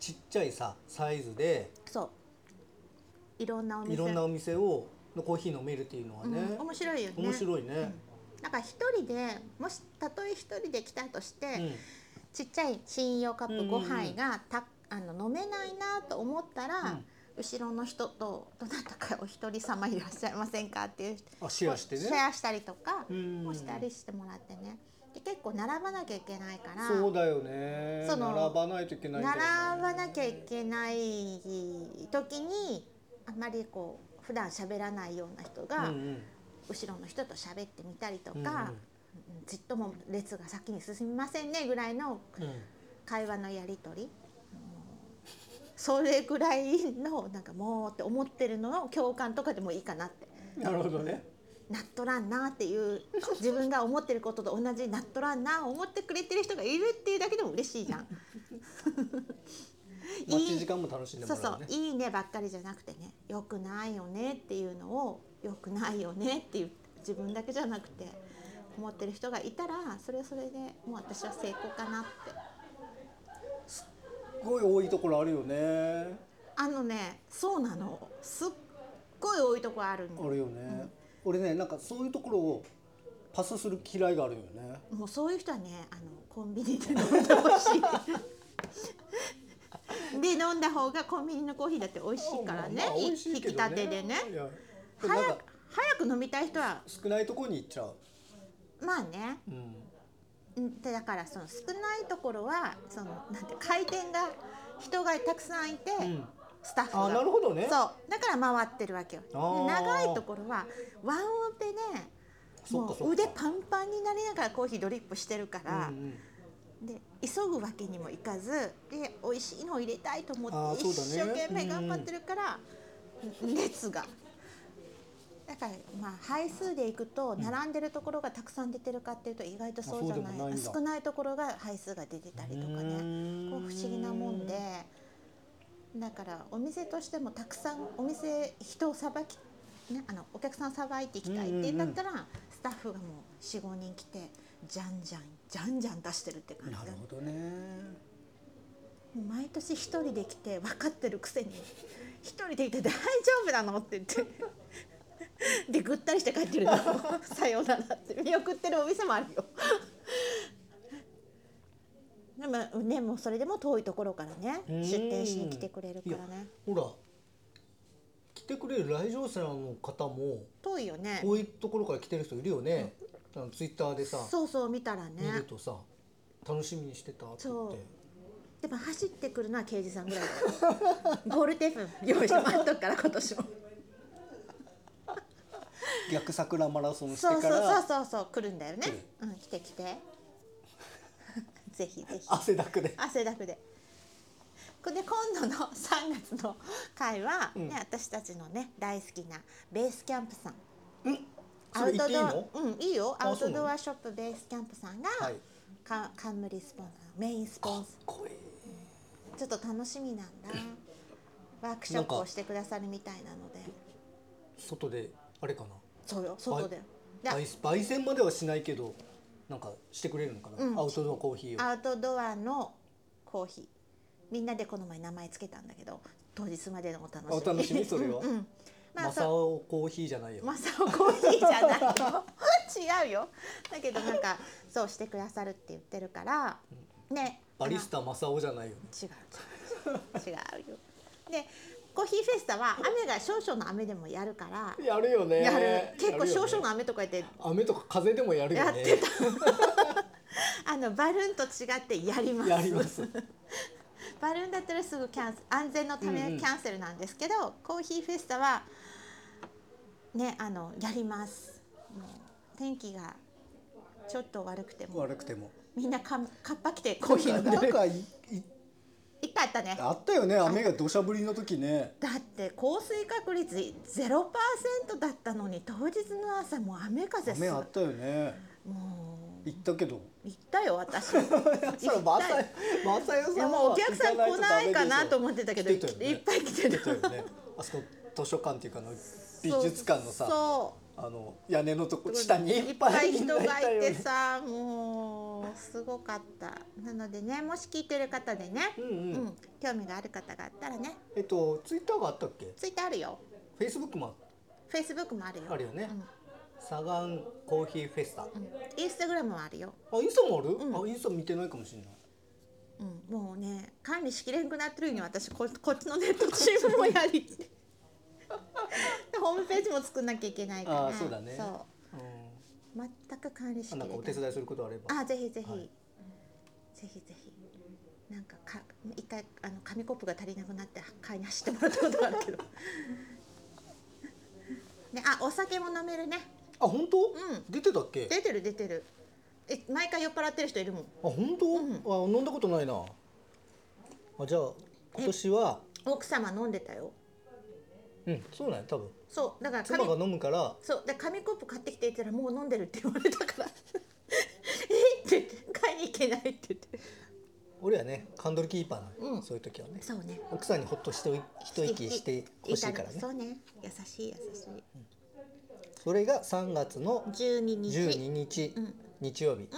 Speaker 2: ちっちゃいさサイズで
Speaker 1: そういろんなお店
Speaker 2: いろんなお店をのコーヒー飲めるっていうのはね
Speaker 1: うん、面白いよね
Speaker 2: 面白いね
Speaker 1: だから一人でもしたとえ一人で来たとして、
Speaker 2: うん
Speaker 1: ちっちゃい信用カップ
Speaker 2: うんうん
Speaker 1: 5
Speaker 2: うん
Speaker 1: 杯がた、あの飲めないなと思ったら、
Speaker 2: うん
Speaker 1: 後ろの人とどなたかお一人様いらっしゃいませんかっていう
Speaker 2: あシェアしてね
Speaker 1: シェアしたりとか
Speaker 2: うん
Speaker 1: もしたりしてもらってねで結構並ばなきゃいけないから
Speaker 2: そうだよね
Speaker 1: その
Speaker 2: 並ばないといけないんだよね
Speaker 1: 並ばなきゃいけない時にあまりこう普段喋らないような人が、
Speaker 2: うんうん
Speaker 1: 後ろの人と喋ってみたりとか、
Speaker 2: うんうん
Speaker 1: うんちっとも列が先に進みませんねぐらいの
Speaker 2: うん
Speaker 1: 会話のやり取り、それぐらいのなんかもうって思ってるのを共感とかでもいいかなって
Speaker 2: なるほどね。
Speaker 1: なっとらんなっていう自分が思ってることと同じなっとらんな思ってくれてる人がいるっていうだけでも嬉しい じゃん。いい
Speaker 2: 待ち時間も楽しんでも
Speaker 1: そうそ
Speaker 2: ら
Speaker 1: う
Speaker 2: うね。
Speaker 1: いいねばっかりじゃなくてね良くないよねっていうのを良くないよねっていう自分だけじゃなくて思ってる人がいたらそれはそれでもう私は成功かなって
Speaker 4: すごい多いところあるよね
Speaker 1: あのねそうなのすっごい多いとこある
Speaker 4: あ
Speaker 1: の
Speaker 4: るよね、俺ねなんかそういうところをパスする嫌いがあるよね
Speaker 1: もうそういう人はねあのコンビニで飲んでほしいで飲んだ方がコンビニのコーヒーだって美味しいからね
Speaker 4: まあ美味し
Speaker 1: 引
Speaker 4: いけ
Speaker 1: き
Speaker 4: どね
Speaker 1: 立てでね
Speaker 4: いや
Speaker 1: 早
Speaker 4: なん
Speaker 1: く
Speaker 4: か
Speaker 1: 早く飲みたい人は
Speaker 4: 少ないところに行っちゃう、
Speaker 1: まあね
Speaker 4: うん、
Speaker 1: んでだからその少ないところはそのなんて回転が人がたくさんいて、
Speaker 4: ん
Speaker 1: スタッフが
Speaker 4: あなるほどね
Speaker 1: そうだから回ってるわけよで
Speaker 4: あー
Speaker 1: 長いところはワンオペで
Speaker 4: そっかそ
Speaker 1: も
Speaker 4: っか
Speaker 1: う腕パンパンになりながらコーヒードリップしてるか
Speaker 4: うんう
Speaker 1: ら、
Speaker 4: ん
Speaker 1: で急ぐわけにもいかずで美味しいのを入れたいと思
Speaker 4: あ
Speaker 1: っ
Speaker 4: ー
Speaker 1: て
Speaker 4: そう
Speaker 1: 一
Speaker 4: だね
Speaker 1: 生懸命頑張ってるから、熱が。だからまあ配数でいくと並んでるところがたくさん出てるかっていうと意外とそうじゃない,、
Speaker 4: あそうでもないんだ
Speaker 1: 少ないところが配数が出てたりとか
Speaker 4: う
Speaker 1: ね
Speaker 4: ーん
Speaker 1: こう不思議なもんでだからお店としてもたくさんお店人をさばき、ね、あのお客さんさばいていきたいって言うんだったら、スタッフがもう45人来てじゃんじゃんじゃんじゃん出してるって感じ
Speaker 4: な
Speaker 1: が
Speaker 4: るほどね
Speaker 1: もう毎年一人で来て分かってるくせに一人で来て大丈夫なのって言ってでぐったりして帰って るのさようならって見送ってるお店もあるよでもねもうそれでも遠いところからね
Speaker 2: うん
Speaker 1: 出店しに来てくれるからね
Speaker 2: ほら来てくれる来場者の方も
Speaker 1: 遠いよね
Speaker 2: こういうところから来てる人いるよね、あのツイッターでさ、
Speaker 1: そうそう見たらね
Speaker 2: 見るとさ楽しみにしてたって言っ
Speaker 1: そ
Speaker 2: て
Speaker 1: でも走ってくるのは刑事さんぐらいだよゴールテープ用意して待っとくから今年も
Speaker 4: 逆桜マラソンして
Speaker 1: そう
Speaker 4: か
Speaker 1: そうそう
Speaker 4: ら
Speaker 1: そうそう来るんだよね
Speaker 4: 来る。
Speaker 1: うん来て来て。 ぜひぜひ。
Speaker 4: 汗だくで
Speaker 1: 汗だくで。これで今度の3月の回は、ね
Speaker 4: ん
Speaker 1: 私たちのね大好きなベースキャンプさん。
Speaker 4: それ言っていいの
Speaker 1: アうんいいよア
Speaker 4: あ
Speaker 1: ウ
Speaker 4: そ
Speaker 1: ト
Speaker 4: うなの
Speaker 1: ドアショップベースキャンプさんが、
Speaker 4: はい
Speaker 1: か冠スポンサーメインスポンサ
Speaker 4: これ
Speaker 1: ーちょっと楽しみなんだ。ワークショップをしてくださるみたいなので、
Speaker 4: 外であれかな
Speaker 1: そうよ外で。で
Speaker 4: 焙焙煎まではしないけどなんかしてくれるのかな、
Speaker 1: うん
Speaker 4: アウトドアコーヒーを
Speaker 1: アウトドアのコーヒーみんなでこの前名前つけたんだけど当日までのお楽しみ
Speaker 4: お楽しみそれは
Speaker 1: うんうんまあ
Speaker 4: マサ
Speaker 1: そう
Speaker 4: オコーヒーじゃないよ
Speaker 1: マサオコーヒーじゃないよ 違うよだけどなんかそうしてくださるって言ってるからね
Speaker 4: バリスタマサオじゃないよ
Speaker 1: 違う違う違うよでコーヒーフェスタは雨が少々の雨でもやるから
Speaker 4: やるよね
Speaker 1: やる結構
Speaker 4: やるよ
Speaker 1: 少
Speaker 4: ね
Speaker 1: 々の雨とか言って
Speaker 4: 雨とか風でもやるよ
Speaker 1: やっ
Speaker 4: ね
Speaker 1: てた あのバルーンと違ってやります
Speaker 4: やります
Speaker 1: バルーンだったらすぐキャンセル安全のため
Speaker 4: うんうん
Speaker 1: キャンセルなんですけど、コーヒーフェスタはねあのやりますもう天気がちょっと悪くても
Speaker 4: 悪くても
Speaker 1: みんなかカッパ着てコーヒー飲んで
Speaker 4: なん
Speaker 1: る
Speaker 4: かいい
Speaker 1: 一回あったね
Speaker 4: あったよね雨が土砂降りの時ね
Speaker 1: だって降水確率0%だったのに当日の朝もう雨風っす
Speaker 4: 雨あったよね
Speaker 1: も
Speaker 4: 行ったけど
Speaker 1: う行ったよ 私行ったよ
Speaker 4: マサヨ
Speaker 1: いやもうお客さん来ないかなと思ってたけど
Speaker 4: 来てたよね
Speaker 1: いっぱい来て
Speaker 4: 出た
Speaker 1: た
Speaker 4: よね あそこ図書館っていうかあの 美術館のさ
Speaker 1: そう
Speaker 4: あの屋根のとこ下に
Speaker 1: いっぱい
Speaker 4: みん
Speaker 1: 人
Speaker 4: な
Speaker 1: が
Speaker 4: たよ
Speaker 1: い
Speaker 4: ね
Speaker 1: てさもうすごかったなのでねもし聞いてる方でね、
Speaker 4: うん
Speaker 1: うん
Speaker 4: うん
Speaker 1: 興味がある方があったらね
Speaker 4: えっとツイッターがあったっけ
Speaker 1: ツイッターあるよ
Speaker 4: フェイスブックも
Speaker 1: フェイスブックもあるよ
Speaker 4: あるよね
Speaker 1: うん
Speaker 2: サガンコーヒーフェスタ
Speaker 1: インスタグラムもあるよ、
Speaker 4: あインスタもある、
Speaker 1: うん
Speaker 4: あインスタ見てないかもしれない
Speaker 1: うん、もうね管理しきれんくなってるように私ここっちのネットチームもや りでホームページも作んなきゃいけないから
Speaker 4: あーそうだね
Speaker 1: そう
Speaker 4: う
Speaker 1: 全く管理しき
Speaker 4: ん
Speaker 1: れ
Speaker 4: な
Speaker 1: なんい
Speaker 4: かお手伝いすることあれば
Speaker 1: あぜひぜひ、
Speaker 4: はい
Speaker 1: ぜひぜひなんかか一回あの紙コップが足りなくなって買いに走ってもらったことがあるけどねあお酒も飲めるね
Speaker 4: あ本当、
Speaker 1: ん
Speaker 4: 出てたっけあ
Speaker 1: 出てる出てるえ毎回酔っ払ってる人いるもん
Speaker 4: 本当、あ飲んだことないな
Speaker 2: あじゃあ今年は
Speaker 1: 奥様飲んでたよ
Speaker 2: うんそうなんや多分
Speaker 1: そうだから
Speaker 2: 妻が飲むから
Speaker 1: そうで紙コップ買ってきてって言ったらもう飲んでるって言われたからえって言って買いに行けないって言って
Speaker 2: 俺はねカンドルキーパーなの、
Speaker 1: うん
Speaker 2: そういう時はね
Speaker 1: そうね
Speaker 2: 奥さんにほっとしておい一息してほしいから
Speaker 1: い
Speaker 2: ね
Speaker 1: そうね優しい優しい
Speaker 2: それが3月の
Speaker 1: 12日
Speaker 2: 12日、
Speaker 1: うん
Speaker 2: 日曜
Speaker 1: う
Speaker 2: 日
Speaker 1: ん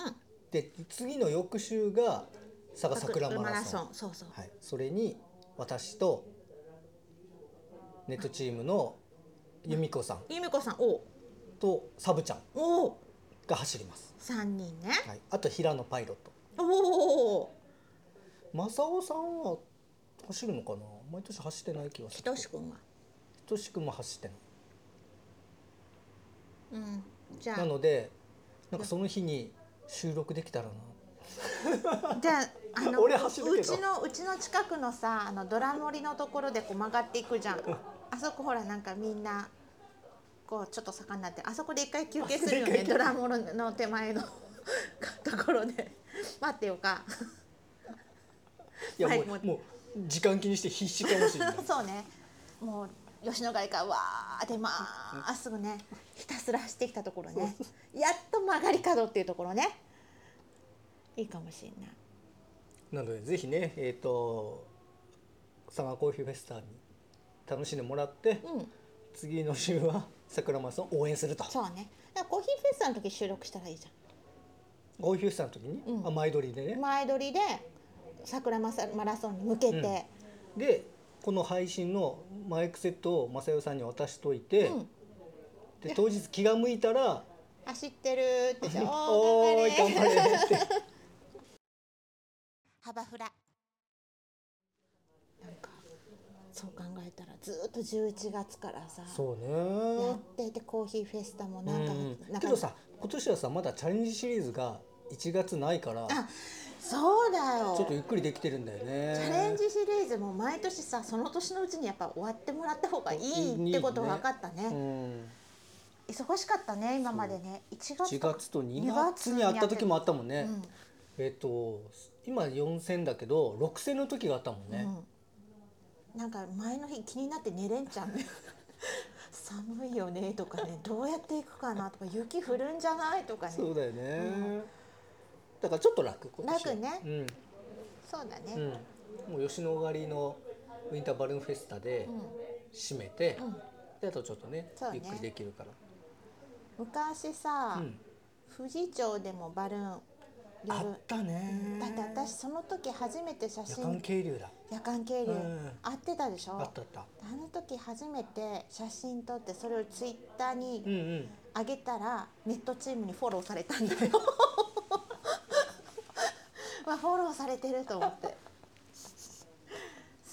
Speaker 2: で次の翌週が佐賀桜マラソン
Speaker 1: そうそう、
Speaker 2: はい、それに私とネットチームの由美子さん
Speaker 1: 由美子さんおう
Speaker 2: とサブちゃん
Speaker 1: おう
Speaker 2: が走ります、
Speaker 1: 三人ね、
Speaker 2: はい、あと平野パイロット
Speaker 1: おお
Speaker 2: 正雄さんは走るのかな毎年走ってない気がする
Speaker 1: 仁志くんは
Speaker 2: 等しくも走ってない
Speaker 1: うんじゃ
Speaker 2: なのでなんかその日に収録できたらな
Speaker 1: あじゃああの
Speaker 2: 俺走るけど
Speaker 1: うちのうちの近くのさあのドラ乗りのところでこう曲がっていくじゃんあそこほらなんかみんなこうちょっと坂になってあそこで一回休憩するよ
Speaker 2: あそこ
Speaker 1: ね
Speaker 2: で一回休憩
Speaker 1: ドラモルの手前のところで待ってようか
Speaker 2: いやも
Speaker 1: はいう
Speaker 2: もう時間気にして必死かもしれない
Speaker 1: そうねもう吉野ヶ里からわーってまっすぐねひたすら走ってきたところねやっと曲がり角っていうところねいいかもしれない
Speaker 2: なのでぜひねえっ、とサマーコーヒーフェスタに楽しんでもらって
Speaker 1: うん
Speaker 2: 次の週は桜マラソンを応援すると
Speaker 1: そうねだからコーヒーフェスタの時収録したらいいじ
Speaker 2: コーヒーフェスタの時に、
Speaker 1: うん
Speaker 2: あ前撮りで
Speaker 1: ゃ
Speaker 2: ね
Speaker 1: ん前撮りで桜マサマラソンに向けて、
Speaker 2: うんでこの配信のマイクセットを正代さんに渡しといて、
Speaker 1: うん
Speaker 2: で当日気が向いたら
Speaker 1: 走ってるって
Speaker 2: 「
Speaker 1: じゃあお
Speaker 2: お
Speaker 1: ー
Speaker 2: ーい頑張れ」って
Speaker 1: 幅フラなんかそう考えたらずっと11月からさ
Speaker 2: そう
Speaker 1: や
Speaker 2: ね
Speaker 1: っててコーヒーフェスタも
Speaker 2: う
Speaker 1: なんか、なん
Speaker 2: ん
Speaker 1: か
Speaker 2: けどさ今年はさまだチャレンジシリーズが1月ないから
Speaker 1: あそうだよ
Speaker 2: ちょっとゆっくりできてるんだよね
Speaker 1: チャレンジシリーズも毎年さその年のうちにやっぱ終わってもらった方がいいってことが分かったね
Speaker 2: うん
Speaker 1: 忙しかったね今までね1月
Speaker 2: 1月と2
Speaker 1: 2
Speaker 2: 月
Speaker 1: 月
Speaker 2: に
Speaker 1: に
Speaker 2: あ
Speaker 1: あ
Speaker 2: っ
Speaker 1: ったた
Speaker 2: 時もあったもん
Speaker 1: う
Speaker 2: ね、
Speaker 1: ん
Speaker 2: えっと今4000だけど6000の時があったもんね、
Speaker 1: うん、なんか前の日気になって寝れんち ゃうね寒いよねとかねどうやって行くかなとか雪降るんじゃないとかねそ
Speaker 2: そううだよね、
Speaker 1: うん
Speaker 2: だからちょっと楽今年は
Speaker 1: 楽ね
Speaker 2: うん
Speaker 1: だ
Speaker 2: う
Speaker 1: ね、
Speaker 2: ん、もう吉野狩りのウィンターバルーンフェスタで
Speaker 1: うん
Speaker 2: 締めて、
Speaker 1: うん
Speaker 2: であとちょっとね
Speaker 1: そうね
Speaker 2: ゆっくりできるから、
Speaker 1: 昔さ、
Speaker 2: うん、
Speaker 1: 富士町でもバルーン
Speaker 2: あ
Speaker 1: 夜
Speaker 2: ったね
Speaker 1: だって私その時初めて写
Speaker 2: 夜間
Speaker 1: 真
Speaker 2: 渓流だ
Speaker 1: 夜間渓流、
Speaker 2: うん
Speaker 1: 会ってたでしょ
Speaker 2: あったあった
Speaker 1: あの時初めて写真撮ってそれをツイッター
Speaker 2: うん
Speaker 1: に
Speaker 2: うん
Speaker 1: 上げたらネットチームにフォローされたんだよ。 わフォローされてると思ってす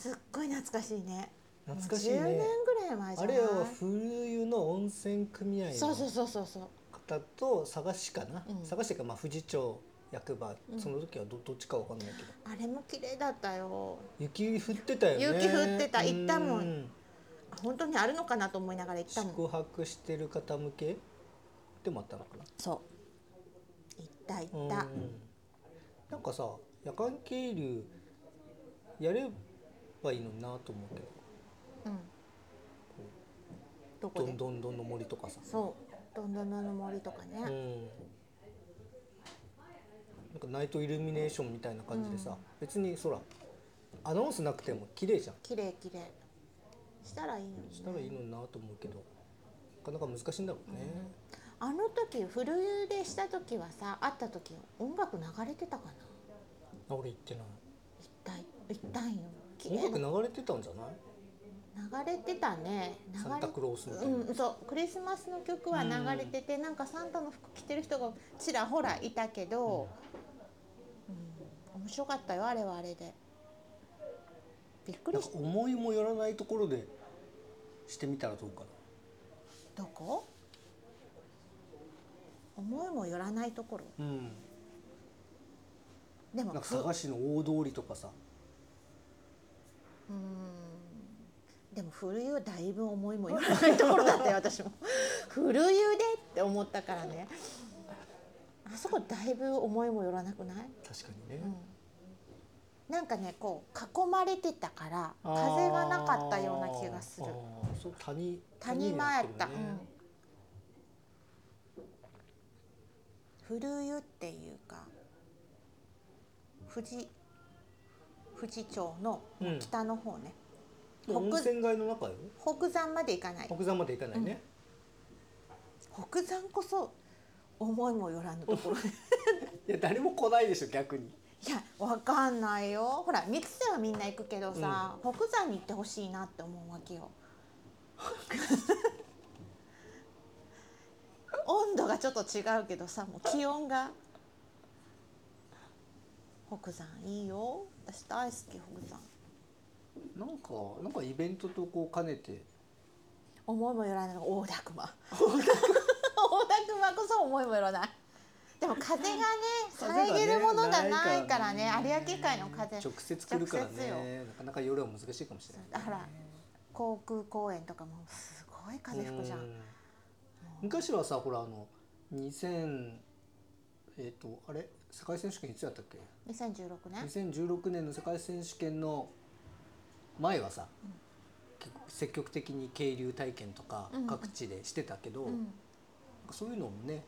Speaker 1: っごい懐かしいね
Speaker 2: 懐かしいね
Speaker 1: もう10年ぐらい前じ
Speaker 2: あ
Speaker 1: ゃない
Speaker 2: れは冬の温泉組合
Speaker 1: そうそう
Speaker 2: の
Speaker 1: そうそうそう
Speaker 2: 方と佐賀市かな、
Speaker 1: うん
Speaker 2: 佐賀市か、まあ、富士町役場、
Speaker 1: うん
Speaker 2: その時はどどっちかわかんないけど
Speaker 1: あれも綺麗だったよ
Speaker 2: 雪降ってたよね
Speaker 1: 雪降ってた行ったもん
Speaker 2: う
Speaker 1: 本当にあるのかなと思いながら行ったもん
Speaker 2: 宿泊してる方向けでもあったのかな
Speaker 1: そう行った
Speaker 2: う
Speaker 1: 行
Speaker 2: ん
Speaker 1: った、
Speaker 2: なんかさ夜間渓流やればいいのになと思うけ
Speaker 1: うん、どこ
Speaker 2: ど
Speaker 1: で
Speaker 2: どんどんどんの森とかさ、
Speaker 1: そうどんどんどんの森とかね、
Speaker 2: うん、なんかナイトイルミネーションみたいな感じでさ、
Speaker 1: うん
Speaker 2: 別にそらアナウンスなくても綺麗じゃん
Speaker 1: 綺麗綺麗したらいいのにね
Speaker 2: したらいいのになと思うけどなかなか難しいんだろうね、
Speaker 1: あの時フルユでした時はさ会った時音楽流れてたかな
Speaker 2: あ俺行ってない
Speaker 1: 一体一体よ綺麗
Speaker 2: 音
Speaker 1: な
Speaker 2: 楽流れてたんじゃない
Speaker 1: 流れてたね流れ
Speaker 2: サンタクロースみたいな、
Speaker 1: うん、そうクリスマスの曲は流れてて、なんかサンタの服着てる人がちらほらいたけど、うん面白かったよあれはあれでびっく
Speaker 2: な
Speaker 1: り
Speaker 2: んか
Speaker 1: した
Speaker 2: 思いもよらないところでしてみたらどうかな
Speaker 1: どこ思いもよらないところ
Speaker 2: うん、
Speaker 1: でも
Speaker 2: なんか
Speaker 1: ふ
Speaker 2: 佐賀市の大通りとかさ
Speaker 1: うーんでも古湯はだいぶ思いもよらないところだ ったよ私も古湯でって思ったからねあそこだいぶ思いもよらなくない、
Speaker 2: 確かにね、
Speaker 1: うん、なんかねこう囲まれてたから
Speaker 2: あー
Speaker 1: 風がなかったような気がする
Speaker 2: あーそう谷
Speaker 1: 谷
Speaker 2: に
Speaker 1: 間
Speaker 2: な
Speaker 1: や
Speaker 2: っ
Speaker 1: って
Speaker 2: る
Speaker 1: た、
Speaker 2: ね
Speaker 1: うん、古湯っていうか富士富士町の
Speaker 2: うん
Speaker 1: 北の方ね、
Speaker 2: 温
Speaker 1: 北
Speaker 2: 泉街の中よ
Speaker 1: 北山まで行かない
Speaker 2: 北山まで行かないね、
Speaker 1: 北山こそ思いもよらぬところで
Speaker 4: いや誰も来ないでしょ逆に
Speaker 1: いやわかんないよほら三つ瀬はみんな行くけどさ、北山に行ってほしいなって思うわけよ 温度がちょっと違うけどさもう気温が北山いいよ私大好き北山
Speaker 4: なんかなんかイベントとこう兼ねて
Speaker 1: 思いもよらないのが大田熊大田熊こそ思いもよらないでも風がね
Speaker 4: 風がね
Speaker 1: 遮るものがないからね
Speaker 4: ないからね
Speaker 1: 有明海の風
Speaker 4: 直接来るから
Speaker 1: 直接よ
Speaker 4: ねなかなか夜は難しいかもしれない、ね、
Speaker 1: だから航空公園とかもすごい風吹くじゃん
Speaker 4: う昔はさほらあの2000えっ、とあれ世界選手権いつやったっけ
Speaker 1: 2016年
Speaker 4: 2016年の世界選手権の前はさ、結構積極的に渓流体験とか
Speaker 1: うん
Speaker 4: 各地でしてたけど、
Speaker 1: うん
Speaker 4: そういうのもね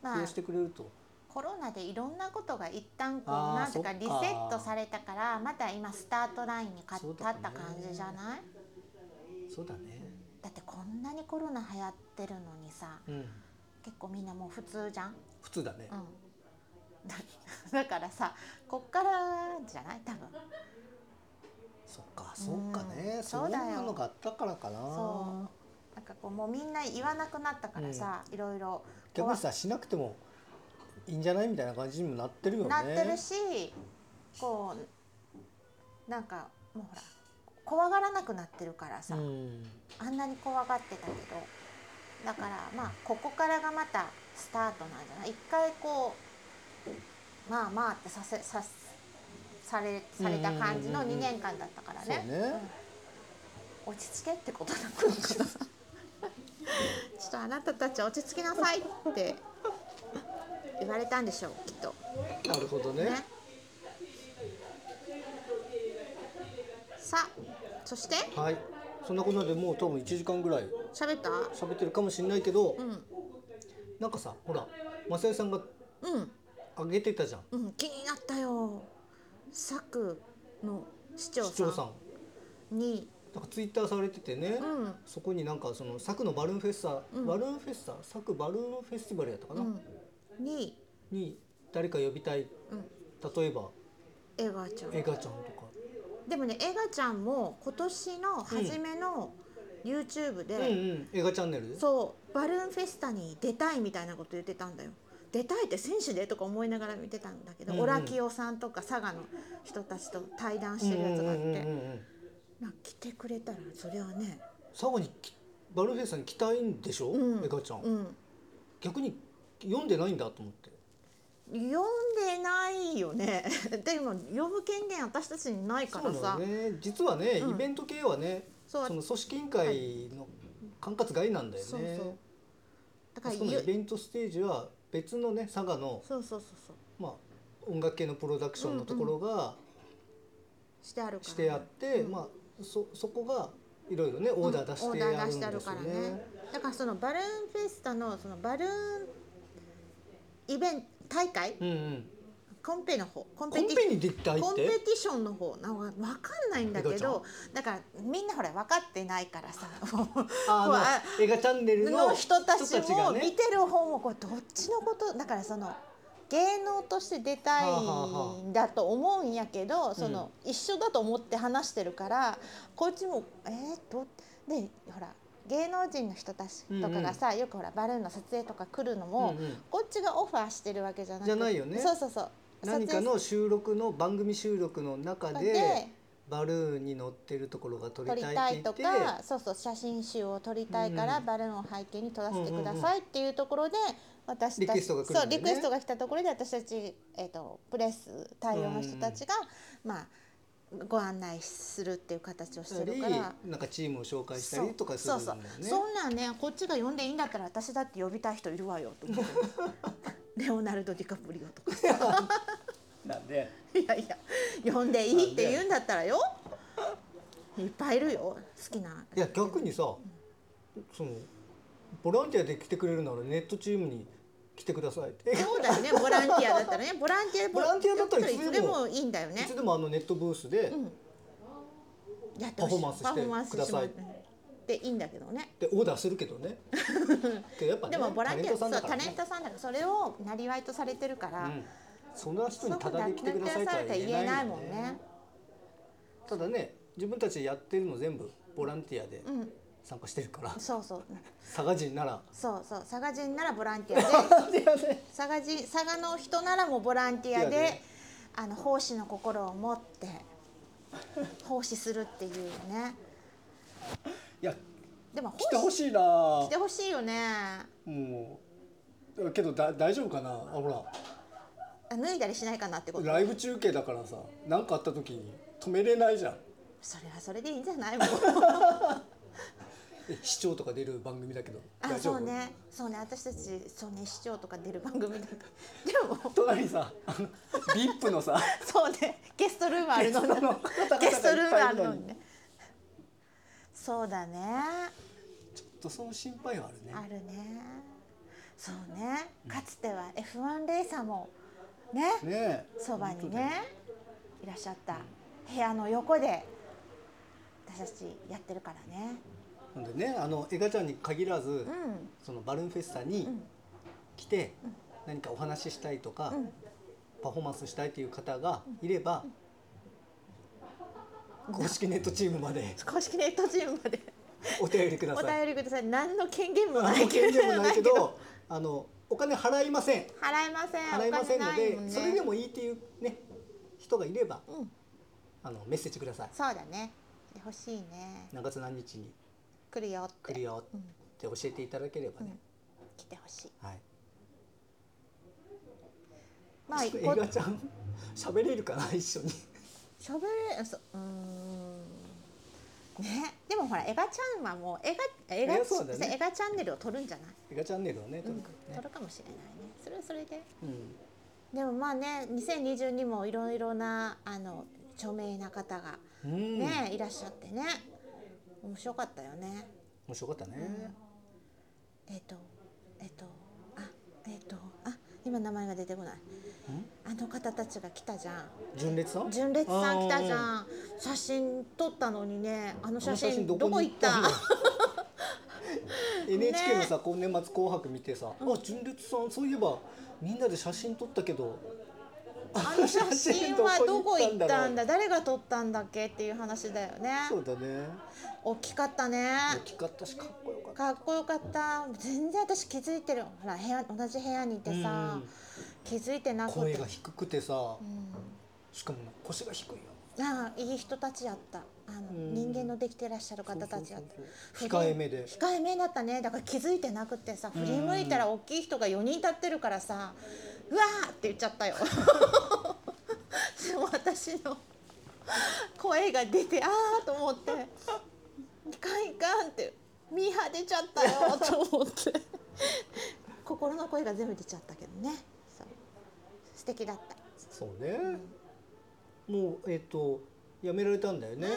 Speaker 4: 増
Speaker 1: まあ
Speaker 4: やしてくれると、
Speaker 1: コロナでいろんなことが一旦こう
Speaker 4: あー
Speaker 1: なんていうか
Speaker 4: そっ
Speaker 1: リ
Speaker 4: か
Speaker 1: セットされたからまだ今スタートラインにか立
Speaker 4: そう
Speaker 1: った
Speaker 4: だね
Speaker 1: 感じじゃない
Speaker 4: そうだね
Speaker 1: だってこんなにコロナ流行ってるのにさ
Speaker 4: うん
Speaker 1: 結構みんなもう普通じゃん
Speaker 4: 普通だね、
Speaker 1: うんだだからさこっからじゃない多分
Speaker 4: そっかそっかね、
Speaker 1: うん
Speaker 4: そう
Speaker 1: そうだよ
Speaker 4: いうのがあったからかな
Speaker 1: そなんかこうもうみんな言わなくなったからさ、いろいろ
Speaker 2: 逆にさしなくてもいいんじゃないみたいな感じにもなってるよね
Speaker 1: なってるしこうなんかもうほら怖がらなくなってるからさ、
Speaker 2: うん
Speaker 1: あんなに怖がってたけどだからまあここからがまたスタートなんじゃない一回こうまあまあってさせさされされた感じの
Speaker 2: うんうんう
Speaker 1: 2
Speaker 2: んうん
Speaker 1: 年間だったからね
Speaker 2: そうね
Speaker 1: うん落ち着けってことなの かなちょっとあなたたちは落ち着きなさいって言われたんでしょうきっと。
Speaker 2: なるほどね
Speaker 1: ね。さあ、そして
Speaker 2: はいそんなことでもう多分1時間ぐらい
Speaker 1: 喋った？
Speaker 2: 喋ってるかもしれないけど、
Speaker 1: うん
Speaker 2: なんかさほら正代さんが
Speaker 1: うん
Speaker 2: 上げてたじゃん
Speaker 1: うん気になったよ。佐久の市長
Speaker 2: 市長さ
Speaker 1: さ
Speaker 2: ん
Speaker 1: んに
Speaker 2: なんかツイッターされててね、
Speaker 1: うん
Speaker 2: そこになんかその佐久のバルーンフェスタ、
Speaker 1: ん
Speaker 2: バルーンフェスタ佐久バルーンフェスティバルやったか
Speaker 1: う
Speaker 2: な、
Speaker 1: んに
Speaker 2: に誰か呼びたい
Speaker 1: うん
Speaker 2: 例えば
Speaker 1: エガちゃ
Speaker 2: エ
Speaker 1: ん。
Speaker 2: ガちゃんとか
Speaker 1: でもねエガちゃんも今年の初めの YouTube で、
Speaker 2: うんうんエガチャンネル
Speaker 1: そうバルーンフェスタに出たいみたいなこと言ってたんだよ出たいって選手でとか思いながら見てたんだけど、
Speaker 2: うんうん
Speaker 1: オラキオさんとか佐賀の人たちと対談してるやつがあって、
Speaker 2: うんうんうんうんうん
Speaker 1: まあ、来てくれたらそれはね
Speaker 2: 最後にきバルーンフェスタに来たいんでしょ、
Speaker 1: うん
Speaker 2: エガちゃん、
Speaker 1: うん
Speaker 2: 逆に読んでないんだと思って
Speaker 1: 読んでないよね でも読む権限私たちにないか
Speaker 2: そ
Speaker 1: ら
Speaker 2: うだ
Speaker 1: さ
Speaker 2: よね実はね、
Speaker 1: うん
Speaker 2: イベント系はね
Speaker 1: そう,、
Speaker 2: その組織委員会の管轄外なんだよね、
Speaker 1: そうそうだから
Speaker 2: その
Speaker 1: ゆ
Speaker 2: イベントステージは別のね佐賀の、
Speaker 1: そうそうそうそう
Speaker 2: まあ、音楽系のプロダクションのところが
Speaker 1: してあるから
Speaker 2: してあって、
Speaker 1: うん
Speaker 2: まあ、そそこがいろいろねオーダー出して
Speaker 1: うんオー
Speaker 2: や
Speaker 1: ダー出
Speaker 2: るん
Speaker 1: してある
Speaker 2: です
Speaker 1: か
Speaker 2: よ
Speaker 1: ら
Speaker 2: ね。
Speaker 1: ねだからそのバルーンフェスタのそのバルーンイベント大会
Speaker 2: うんうん、
Speaker 1: コンペの方コン
Speaker 2: コ
Speaker 1: ペ
Speaker 2: ン
Speaker 1: ティ
Speaker 2: ペに出たい
Speaker 1: コ
Speaker 2: っ
Speaker 1: ンペテ
Speaker 2: て
Speaker 1: ィションの方なんか分かんないんだけ
Speaker 2: エガちゃん
Speaker 1: どだからみんなほら分かってないからさ
Speaker 2: あ
Speaker 1: ほら
Speaker 2: の映画チャンネルの
Speaker 1: の人たちも
Speaker 2: が
Speaker 1: 見てる方もこれどっちのことだからその芸能として出たい
Speaker 2: はあはあは
Speaker 1: んだと思うんやけどその一緒だと思って話してるからこっちもえー、どでほら芸能人の人たちとかがさよくほらバルーンの撮影とか来るのも
Speaker 2: うんうん
Speaker 1: こっちがオファーしてるわけじゃなくて
Speaker 2: じゃないよね
Speaker 1: そうそうそう
Speaker 2: 何かの収録の番組収録の中
Speaker 1: 撮影
Speaker 2: で
Speaker 1: で
Speaker 2: バルーンに乗ってるところが撮り
Speaker 1: 撮り
Speaker 2: た
Speaker 1: た
Speaker 2: い
Speaker 1: い
Speaker 2: って言
Speaker 1: と
Speaker 2: って
Speaker 1: かそうそう写真集を撮りたいから、
Speaker 2: うん
Speaker 1: バルーンを背景に撮らせてくださいっていうところで私たち
Speaker 2: リクエストが来るんだ
Speaker 1: そ
Speaker 2: よ
Speaker 1: う
Speaker 2: ね
Speaker 1: リクエストが来たところで私たち、えー、とプレス対応の人たちが、まあご案内するっていう形をしてるか
Speaker 2: たり
Speaker 1: ら。
Speaker 2: なんかチームを紹介した
Speaker 1: そう
Speaker 2: りとかする
Speaker 1: そうん
Speaker 2: だ
Speaker 1: そ
Speaker 2: よ
Speaker 1: う
Speaker 2: ね。
Speaker 1: そんなんねこっちが呼んでいいんだったら私だって呼びたい人いるわよと思 ってレオナルド・ディカプリオとか
Speaker 4: なんで
Speaker 1: いやいや呼んでいいって言うんだったらよいっぱいいるよ好きない
Speaker 2: や逆にさ、そのボランティアで来てくれるならネットチームに来てくださいって、
Speaker 1: そうだよね、ボランティアだったらね、ボランティア
Speaker 2: ボランティアだったらい
Speaker 1: い
Speaker 2: つ
Speaker 1: つ
Speaker 2: で
Speaker 1: で
Speaker 2: も
Speaker 1: もいいんだよ
Speaker 2: い
Speaker 1: ね
Speaker 2: つ。でもあのネットブースで
Speaker 1: うんやってほしい
Speaker 2: パフォーマンスしてくださ
Speaker 1: パフォーマン
Speaker 2: い
Speaker 1: スしますでいいんだけどね
Speaker 2: でオーダーするけ どねけどやっぱ、ね、
Speaker 1: でもボランティア
Speaker 2: さ
Speaker 1: そ
Speaker 2: ん
Speaker 1: う
Speaker 2: だから
Speaker 1: タ
Speaker 2: ね
Speaker 1: レントさんだからそれをなりわいとされてるから、
Speaker 2: うん、そんな人
Speaker 1: そ
Speaker 2: に
Speaker 1: うた
Speaker 2: ただ
Speaker 1: だ
Speaker 2: で来てくださいとは
Speaker 1: た言
Speaker 2: 言
Speaker 1: え
Speaker 2: え
Speaker 1: な
Speaker 2: ないい
Speaker 1: もんね。
Speaker 2: ただね自分たちでやってるの全部ボランティアで
Speaker 1: うん、
Speaker 2: 参加してるから、
Speaker 1: そうそう、
Speaker 2: 佐賀人なら
Speaker 1: そうそう、佐賀人ならボランティ アで、
Speaker 2: いやね
Speaker 1: 佐賀人、佐賀の人ならもうボランティア
Speaker 2: いや
Speaker 1: で
Speaker 2: ね。
Speaker 1: あの奉仕の心を持って。奉仕するっていうね。
Speaker 2: いや
Speaker 1: でも、
Speaker 2: 来て
Speaker 1: 奉
Speaker 2: ほ
Speaker 1: 仕。
Speaker 2: しいな
Speaker 1: 来てほしいよね。
Speaker 2: もうけどだ大丈夫かなあほら
Speaker 1: あ脱いだりしないかなってこと。
Speaker 2: ライブ中継だからさ何かあった時に止めれないじゃん
Speaker 1: それはそれでいいんじゃない もう
Speaker 2: え市長とか出る番組だけど
Speaker 1: あ、
Speaker 2: 大丈夫
Speaker 1: そうね、そうね、私たち、そうね、市長とか出る番組だから。でも、
Speaker 2: 隣にさあの VIP のさ
Speaker 1: そうね、ゲストルー ムあるの
Speaker 2: ゲストの
Speaker 1: ね
Speaker 2: 方々。
Speaker 1: ゲストルームあるの
Speaker 2: いっぱいいるの
Speaker 1: にね。そうだね。
Speaker 2: とその心配はあるね
Speaker 1: あるね。そうね。かつては F1 レーサーもね、
Speaker 2: ねえ
Speaker 1: そばにね、いらっしゃった部屋の横で私たちやってるからね。
Speaker 2: なんでねあのエガちゃんに限らず、
Speaker 1: うん。
Speaker 2: そのバルーンフェスタに来て、何かお話ししたいとか、
Speaker 1: ん
Speaker 2: パフォーマンスしたいという方がいれば、公式ネットチームま で
Speaker 1: 公式ネットチームまで
Speaker 2: お便りくだ
Speaker 1: お
Speaker 2: さい。
Speaker 1: 便りください。何の権限も
Speaker 2: あ
Speaker 1: な
Speaker 2: の
Speaker 1: い
Speaker 2: 権限もないけどあのお金払いません
Speaker 1: 払いません。
Speaker 2: 払いません
Speaker 1: お
Speaker 2: の
Speaker 1: 金ない
Speaker 2: で、
Speaker 1: もんね
Speaker 2: それでもいいっていうね人がいれば、
Speaker 1: うん
Speaker 2: あのメッセージください。
Speaker 1: そうだね。で欲しいね。
Speaker 2: 何月何日に
Speaker 1: 来るよって。
Speaker 2: 来るよ
Speaker 1: うん。
Speaker 2: って教えていただければね。
Speaker 1: 来てほしい。
Speaker 2: はい。
Speaker 1: まあ、
Speaker 2: ちょっと
Speaker 1: こ
Speaker 2: エガちゃん喋れるかな一緒に。
Speaker 1: しゃべれそううーんねでもほらエガちゃんはもうエガエガ,、
Speaker 2: いやそうだね
Speaker 1: エガチャンネルを撮るんじゃない、
Speaker 2: エガチャンネルはね、
Speaker 1: う
Speaker 2: と
Speaker 1: ん
Speaker 2: にかくね
Speaker 1: 撮。るかもしれないねそれはそれで
Speaker 2: うん
Speaker 1: でもまあね2022もいろいろなあの著名な方が
Speaker 2: うん、
Speaker 1: ね、いらっしゃってね面白かったよね
Speaker 2: 面白かったね、
Speaker 1: えっ、とえっ、とあえっ、とあ今名前が出てこないあの方たちが来たじゃん
Speaker 2: 純烈さん
Speaker 1: 純烈さん来たじ
Speaker 2: ん
Speaker 1: ゃん写真撮ったのにねあの
Speaker 2: あの
Speaker 1: 写真どこ行 った
Speaker 2: の NHK のさ今年末「紅白」見てさ「あ純烈さんそういえばみんなで写真撮ったけど
Speaker 1: あの写真はどこ行ったんだ
Speaker 2: どこ行った
Speaker 1: 誰が撮ったんだっけっていう話だよね
Speaker 2: そうだね
Speaker 1: 大きかったね
Speaker 2: 大きかったしかっこよかった
Speaker 1: かっこよかった全然私気づいてるほら部屋同じ部屋にいてさ
Speaker 2: うん
Speaker 1: 気づいてなくて
Speaker 2: 声が低くてさ
Speaker 1: うん
Speaker 2: しかも腰が低いよ
Speaker 1: ああいい人たちやったあの、
Speaker 2: うん
Speaker 1: 人間のできてらっしゃる方たちやった
Speaker 2: そうそう
Speaker 1: 不
Speaker 2: そう
Speaker 1: 倫
Speaker 2: 控えめで
Speaker 1: 控えめだったねだから気づいてなくてさ振
Speaker 2: ん
Speaker 1: り向いたら大きい人が4人立ってるからさ「うわー!」って言っちゃった よでも私の声が出て「あー!」と思って「いかんいかん」って「ミーハー出ちゃったよ」と思って心の声が全部出ちゃったけどねそう素敵だった、
Speaker 2: そうね、もうえっ、とやめられたんだよね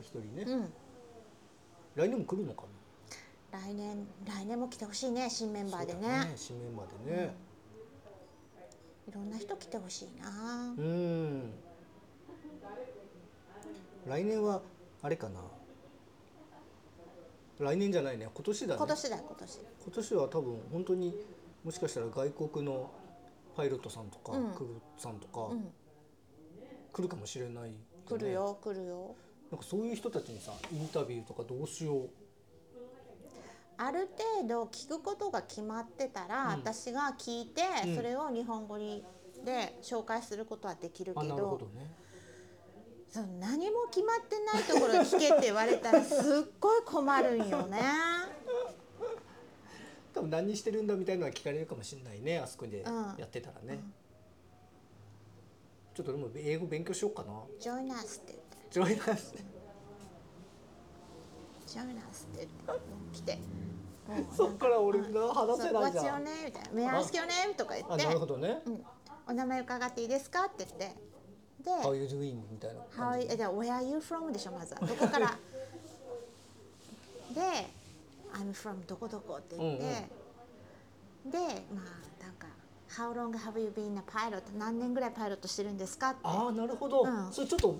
Speaker 2: 一、人ね、
Speaker 1: うん、
Speaker 2: 来年も来るのかな
Speaker 1: 来年来年も来てほしいね新メンバーで
Speaker 2: そうだ
Speaker 1: ね
Speaker 2: 新メンバーでね
Speaker 1: いろんな人来てほしいな
Speaker 2: うん来年はあれかな来年じゃないね今年だね
Speaker 1: 今年だよ今年
Speaker 2: 今年は多分本当にもしかしたら外国のパイロットさんとか、
Speaker 1: うん
Speaker 2: クルーさんとか、
Speaker 1: うん
Speaker 2: 来るかもしれない、ね、
Speaker 1: 来るよ来るよ
Speaker 2: なんかそういう人たちにさインタビューとかどうしよう
Speaker 1: ある程度聞くことが決まってたら、
Speaker 2: うん
Speaker 1: 私が聞いて、
Speaker 2: うん
Speaker 1: それを日本語にで紹介することはできる
Speaker 2: あ
Speaker 1: け
Speaker 2: な
Speaker 1: ど
Speaker 2: るほどね
Speaker 1: その何も決まってないところで聞けって言われたらすっごい困るん よね。
Speaker 2: 多分何してるんだみたいなのは聞かれるかもしれないねあそこで
Speaker 1: うん
Speaker 2: やってたらね、ちょっとでも英語勉強しようかな
Speaker 1: ジョイナスって言って
Speaker 2: ジョイナス
Speaker 1: ジョイナスって言って来て。もうなんか
Speaker 2: そっから俺
Speaker 1: うん
Speaker 2: が話せないじ
Speaker 1: そう What's
Speaker 2: ゃ
Speaker 1: your
Speaker 2: ん
Speaker 1: name? みたいな「メアラスキよね」とか言
Speaker 2: あ
Speaker 1: っ
Speaker 2: なる
Speaker 1: て
Speaker 2: ほどね
Speaker 1: 「うん、お名前伺っていいですか?」って言ってで
Speaker 2: How you doing みたいな
Speaker 1: は
Speaker 2: 感
Speaker 1: い、
Speaker 2: じ
Speaker 1: え、じゃあ、where are you from でしょ、まずは、どこ から。で、I'm from どこどこって言って。で、まあ、なんか、how long have you been a pilot 何年ぐらいパイロットしてるんですかって。
Speaker 2: ああなるほど、
Speaker 1: うん
Speaker 2: それちょっと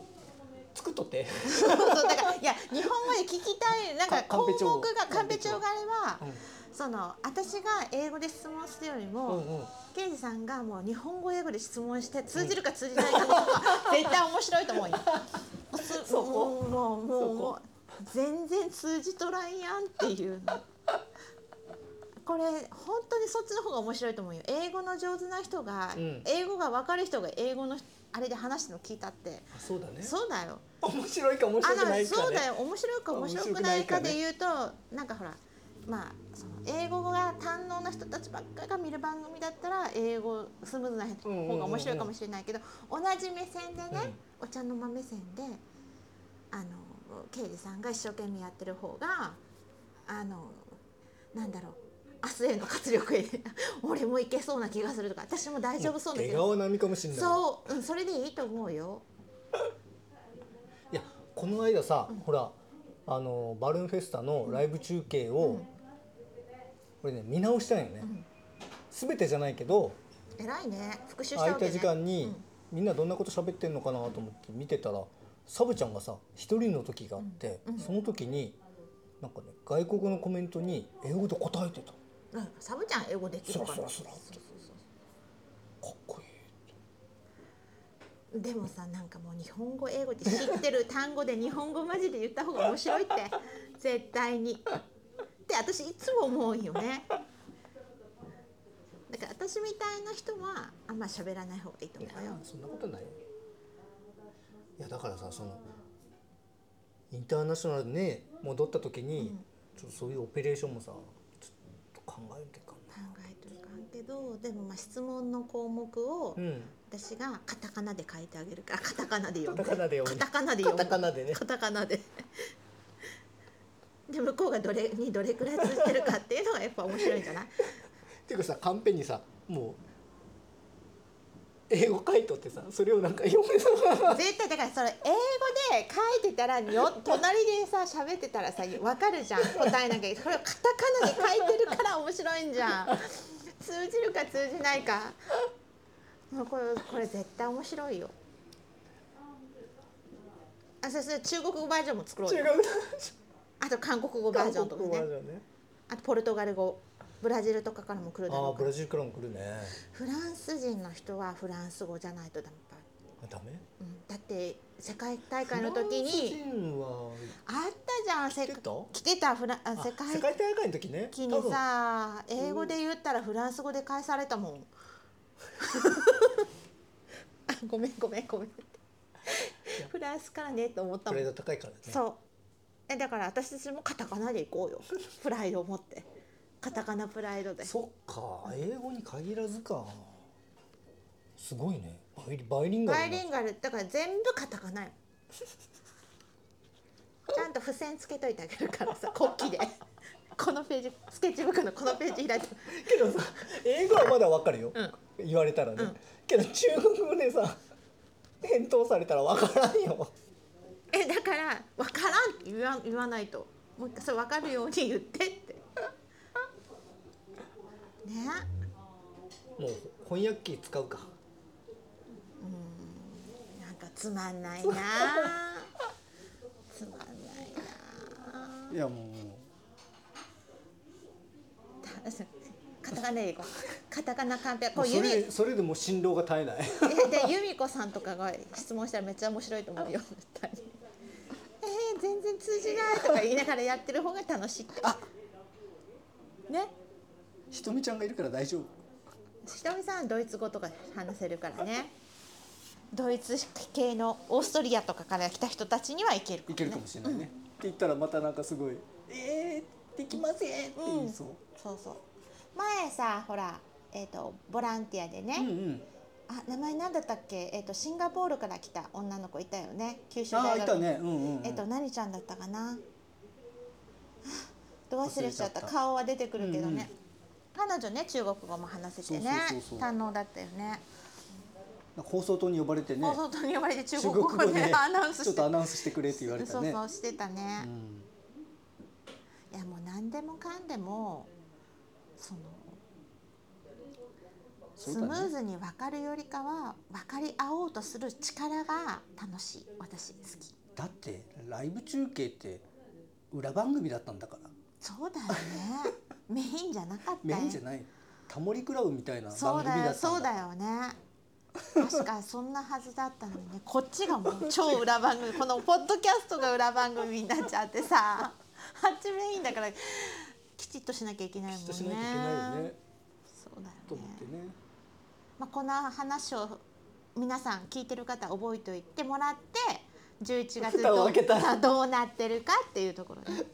Speaker 2: 作っとって
Speaker 1: そうだからいや日本語で聞きたいなんか
Speaker 2: か
Speaker 1: 項
Speaker 2: カンペ
Speaker 1: 目
Speaker 2: 帳
Speaker 1: がカンペ帳があれば、
Speaker 2: うん
Speaker 1: その私が英語で質問するより
Speaker 2: う
Speaker 1: も、
Speaker 2: んうん
Speaker 1: 刑事さんがもう日本語英語で質問して通じるか通じないかも、 絶対面白いと思うよ。す
Speaker 2: そこ
Speaker 1: もうもうも
Speaker 2: そうこ
Speaker 1: もう全然通じとらんやんっていうの。これ本当にそっちの方が面白いと思うよ。英語の上手な人が、
Speaker 2: うん
Speaker 1: 英語が分かる人が英語のあれで話してるの聞いたって、
Speaker 2: あそうだね
Speaker 1: そうだよ。
Speaker 2: 面白いか面白くないか
Speaker 1: あ
Speaker 2: ね
Speaker 1: そうだよ面白いか面白くないかで言うとなんかほらまあその英語が堪能な人たちばっかが見る番組だったら英語スムーズな人方が面白いかもしれないけど、同じ目線でね、お茶の間目線であの刑事さんが一生懸命やってる方があのなんだろう明日への活力へ 俺もいけそうな気がするとか私も大丈夫そうな気
Speaker 2: 出
Speaker 1: がする
Speaker 2: 顔並みかもしれない
Speaker 1: そう、うん、それでいいと思うよ。
Speaker 2: いやこの間さ、ほらあのバルーンフェスタのライブ中継を、これね見直したんよね、全てじゃないけど
Speaker 1: 偉いね復習した
Speaker 2: 空い
Speaker 1: わけ、ね、
Speaker 2: た時間に、
Speaker 1: うん
Speaker 2: みんなどんなこと喋ってんのかなと思って見てたらサブちゃんがさ一人の時があって、
Speaker 1: うんうん
Speaker 2: その時になんかね外国のコメントに英語で答えてたか
Speaker 1: うんサブちゃん英語できるから
Speaker 2: そうそうそうっこいい
Speaker 1: でもさなんかもう日本語英語で知ってる単語で日本語マジで言った方が面白 いって絶対にって私いつも思うよねだから私みたいな人はあんま喋らない方がいいと思うよ
Speaker 2: そんなことないよいやだからさそのインターナショナルね戻った時に、ちょっとそういうオペレーションもさちょっと考えてか
Speaker 1: 考えとるかんけどでもまあ質問の項目を
Speaker 2: なうん
Speaker 1: 私がカタカナで書いてあげるからカタカナで読んで
Speaker 2: カタカナで読
Speaker 1: カ
Speaker 2: む
Speaker 1: タカナで読む
Speaker 2: カタカナ でね
Speaker 1: カタカナでで向こうがどれにどれくらい通じてるかっていうのがやっぱ面白いんじゃ ない
Speaker 2: っていうかさカンペにさもう英語書いとってさそれをなんか読めそう
Speaker 1: 絶対だからそれ英語で書いてたらよ隣でさ喋ってたらさわかるじゃん答えなきゃこれをカタカナで書いてるから面白いんじゃん 通じるか通じないかもうこれこれ絶対面白いよあそれそれ中国語バージョンも作ろうよ
Speaker 2: う
Speaker 1: あと韓国語バージョンとかね
Speaker 2: ね
Speaker 1: あとポルトガル語ブラジルとかからも来るだ
Speaker 2: ああ
Speaker 1: ろう
Speaker 2: ブ
Speaker 1: から
Speaker 2: ラジルからも来るね
Speaker 1: フランス人の人はフランス語じゃないとダメだ、
Speaker 2: あダメ
Speaker 1: うん、だって世界大会の時に
Speaker 2: フランス人は
Speaker 1: あったじゃん世
Speaker 2: 来てた
Speaker 1: 来てたフランあ
Speaker 2: あ
Speaker 1: 世界
Speaker 2: 世界大会の時ね
Speaker 1: 一にさ英語で言ったらフランス語で返されたもん、 あごめんごめんごめんフランスからねと思った
Speaker 2: 多分
Speaker 1: も
Speaker 2: プ
Speaker 1: ん
Speaker 2: レード高いからね
Speaker 1: そうえだから私たちもカタカナで行こうよプライドを持ってカタカナプライドで
Speaker 2: そっか英語に限らずかすごいねバイリバイリンガル
Speaker 1: バ
Speaker 2: な
Speaker 1: イリンガルだから全部カタカナよちゃんと付箋つけといてあげるからさ国旗でこのページスケッチブックのこのページ開いて
Speaker 2: けどさ英語はまだわかるよ、言われたらね、
Speaker 1: うん
Speaker 2: けど中国語でさ返答されたらわからんよ
Speaker 1: えだから「分からん」って言わ言わないともう一回それ分かるように言ってってね
Speaker 2: もう翻訳機使うか
Speaker 1: なんかつまんないなつまんないない
Speaker 2: やもう
Speaker 1: カタカナでいこうカタカナカンペこう
Speaker 2: そ
Speaker 1: 指
Speaker 2: れそれでもう振動が絶えない
Speaker 1: でで由美子さんとかが質問したらめっちゃ面白いと思うよ絶対に。えー、全然通じないとか言いながらやってる方が楽しいって。
Speaker 2: あ
Speaker 1: ね、
Speaker 2: ひとみちゃんがいるから大丈夫
Speaker 1: ひとみさんはドイツ語とか話せるからね。ドイツ系のオーストリアとかから来た人たちにはいけるかも、ね。
Speaker 2: いけるかもしれないね、って言ったらまたなんかすごい「えー、できません」って言いそう、
Speaker 1: そうそう。前さ、ほら、えっ、とボランティアでね、
Speaker 2: うんうん
Speaker 1: あ名前なんだったっけ？えっ、とシンガポールから来た女の子いたよね。九州
Speaker 2: ああ
Speaker 1: 大
Speaker 2: い
Speaker 1: 学
Speaker 2: たねうんうん、うん
Speaker 1: えっと何ちゃんだったかな。 ど忘れちゃった
Speaker 2: 忘れちゃった
Speaker 1: 顔は出てくるけど
Speaker 2: うんうん
Speaker 1: ね。彼女ね中国語も話せてね
Speaker 2: そうそうそうそう
Speaker 1: 堪能だったよね。
Speaker 2: 放送塔に呼ばれてね
Speaker 1: 放送塔に呼ばれて中
Speaker 2: 中
Speaker 1: 国
Speaker 2: 国
Speaker 1: 語
Speaker 2: 語
Speaker 1: で、
Speaker 2: で、ね、
Speaker 1: アナウンス
Speaker 2: ちょ
Speaker 1: し
Speaker 2: ってとアナウンスしてくれって言われた
Speaker 1: そう
Speaker 2: ね
Speaker 1: そうしてたね
Speaker 2: う、ん
Speaker 1: いやもう何でもかんでもその
Speaker 2: そう
Speaker 1: ス
Speaker 2: だ
Speaker 1: ム
Speaker 2: ね
Speaker 1: ーズに分かるよりかは分かり合おうとする力が楽しい私好き
Speaker 4: だってライブ中継って裏番組だったんだから
Speaker 1: そうだよ ねメインじゃなかった
Speaker 4: メ
Speaker 1: よ
Speaker 4: インじゃないタモリクラブみたいな番
Speaker 1: そう
Speaker 4: 組だっ
Speaker 1: だ
Speaker 4: たん
Speaker 1: よ
Speaker 4: だ
Speaker 1: そうだよね確かそんなはずだったのにね こっちがもう超裏番組このポッドキャストが裏番組になっちゃってさ あっちメインだからきちっとしなきゃいけないもん
Speaker 4: き
Speaker 1: ね
Speaker 4: っとしないといけないよね
Speaker 1: そうだ
Speaker 4: と
Speaker 1: よ
Speaker 4: 思って
Speaker 1: ね、
Speaker 4: ね
Speaker 1: まあ、この話を皆さん聞いてる方覚えておいてもらって11月
Speaker 4: 蓋を
Speaker 1: ど
Speaker 4: 開けたら
Speaker 1: う どうなってるかっていうところね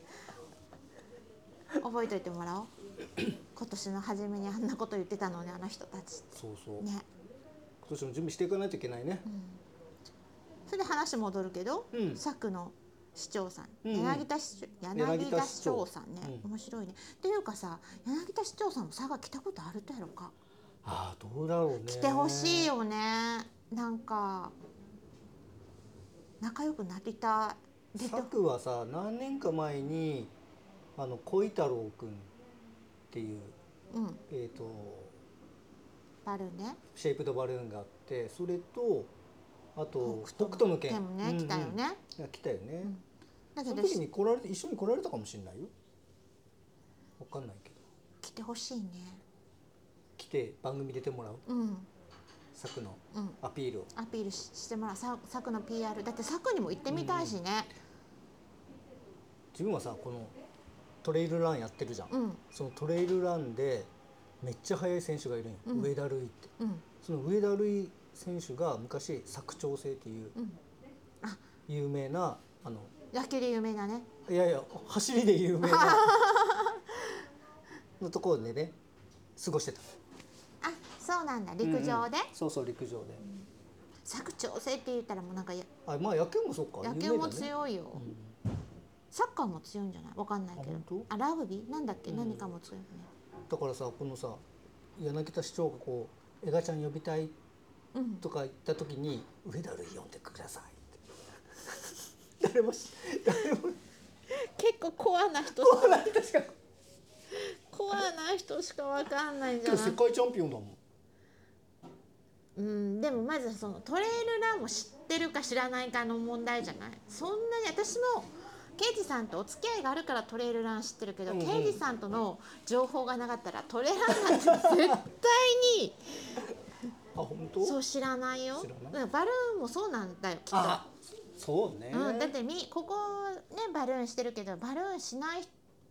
Speaker 1: 覚えておいても らおう今年の初めにあんなこと言ってたのねあの人たち
Speaker 4: そうそう、
Speaker 1: ね。
Speaker 4: 今年も準備していかないといけないね、
Speaker 1: それで話戻るけど、
Speaker 4: うん
Speaker 1: 作の市長さん、
Speaker 4: うんうん
Speaker 1: 柳田市長
Speaker 4: 柳
Speaker 1: 柳
Speaker 4: 田
Speaker 1: 田
Speaker 4: 市
Speaker 1: 市
Speaker 4: 長
Speaker 1: 長さんね、
Speaker 4: うん
Speaker 1: 面白いね。っていうかさ柳田市長さんも佐賀来たことあるとやろか、
Speaker 4: ああどうだろうね
Speaker 1: 来てほしいよねなんか仲良くなりたい出て
Speaker 4: さくはさ何年か前にあの小井太郎くんっていう
Speaker 1: うん
Speaker 4: えっ、と
Speaker 1: バルーンね
Speaker 4: シェイプドバルーンがあってそれとあと北
Speaker 1: 斗
Speaker 4: 斗の拳
Speaker 1: でもね来たよ
Speaker 4: うんうん
Speaker 1: ね、
Speaker 4: いや来たよね、
Speaker 1: んだ
Speaker 4: そ
Speaker 1: け
Speaker 4: の
Speaker 1: ど
Speaker 4: 時に来られて一緒に来られたかもしれないよわかんないけど
Speaker 1: 来てほしいね
Speaker 4: 来て番組出てもらう
Speaker 1: うん
Speaker 4: 作の
Speaker 1: うん
Speaker 4: アピールを
Speaker 1: アピールししてもらうさ作の PR だって作にも行ってみたいしね
Speaker 4: 自分はさこの
Speaker 2: トレイルランやってるじゃん、
Speaker 1: うん
Speaker 2: そのトレイルランでめっちゃ速い選手がいるんよ、
Speaker 1: うん
Speaker 2: 上田瑠唯って
Speaker 1: うん
Speaker 2: その上田瑠唯選手が昔佐久長聖っていう
Speaker 1: うん
Speaker 2: 有名なあの
Speaker 1: 野球で有名なね
Speaker 2: いやいや走りで有 名なのところでね過ごしてた
Speaker 1: あそうなんだ陸上で、
Speaker 4: うんうんそうそう陸上で
Speaker 1: 作調整って言ったらもうなんかや
Speaker 2: あまあ野球もそうか
Speaker 1: 野球も
Speaker 2: 有名だね
Speaker 1: 強いよ、サッカーも強いんじゃないわかんないけ
Speaker 2: あ
Speaker 1: ど
Speaker 2: 本
Speaker 1: あラグビーなんだっけ、何かも強いよね
Speaker 2: だからさこのさ柳田市長がこう「エガちゃん呼びたい
Speaker 1: うん」
Speaker 2: とか言った時に「上田瑠唯呼んでください」って 誰もし誰も
Speaker 1: 結構コアな人
Speaker 2: コアな人しか
Speaker 1: コアな人しかわかんないんじ
Speaker 4: け
Speaker 1: ゃ
Speaker 4: ど
Speaker 1: な
Speaker 4: 世
Speaker 1: い
Speaker 4: 界チャンピオンだもん
Speaker 1: うんでもまずそのトレイルランを知ってるか知らないかの問題じゃないそんなに私も刑事さんとお付き合いがあるからトレイルラン知ってるけど、
Speaker 4: うんうん
Speaker 1: 刑事さんとの情報がなかったらトレランなんて絶対に
Speaker 4: あ本当
Speaker 1: そう知らないよ
Speaker 4: 知らない
Speaker 1: だからバルーンもそうなんだよきっと
Speaker 4: あそうね、
Speaker 1: うん、だってみここねバルーンしてるけどバルーンしない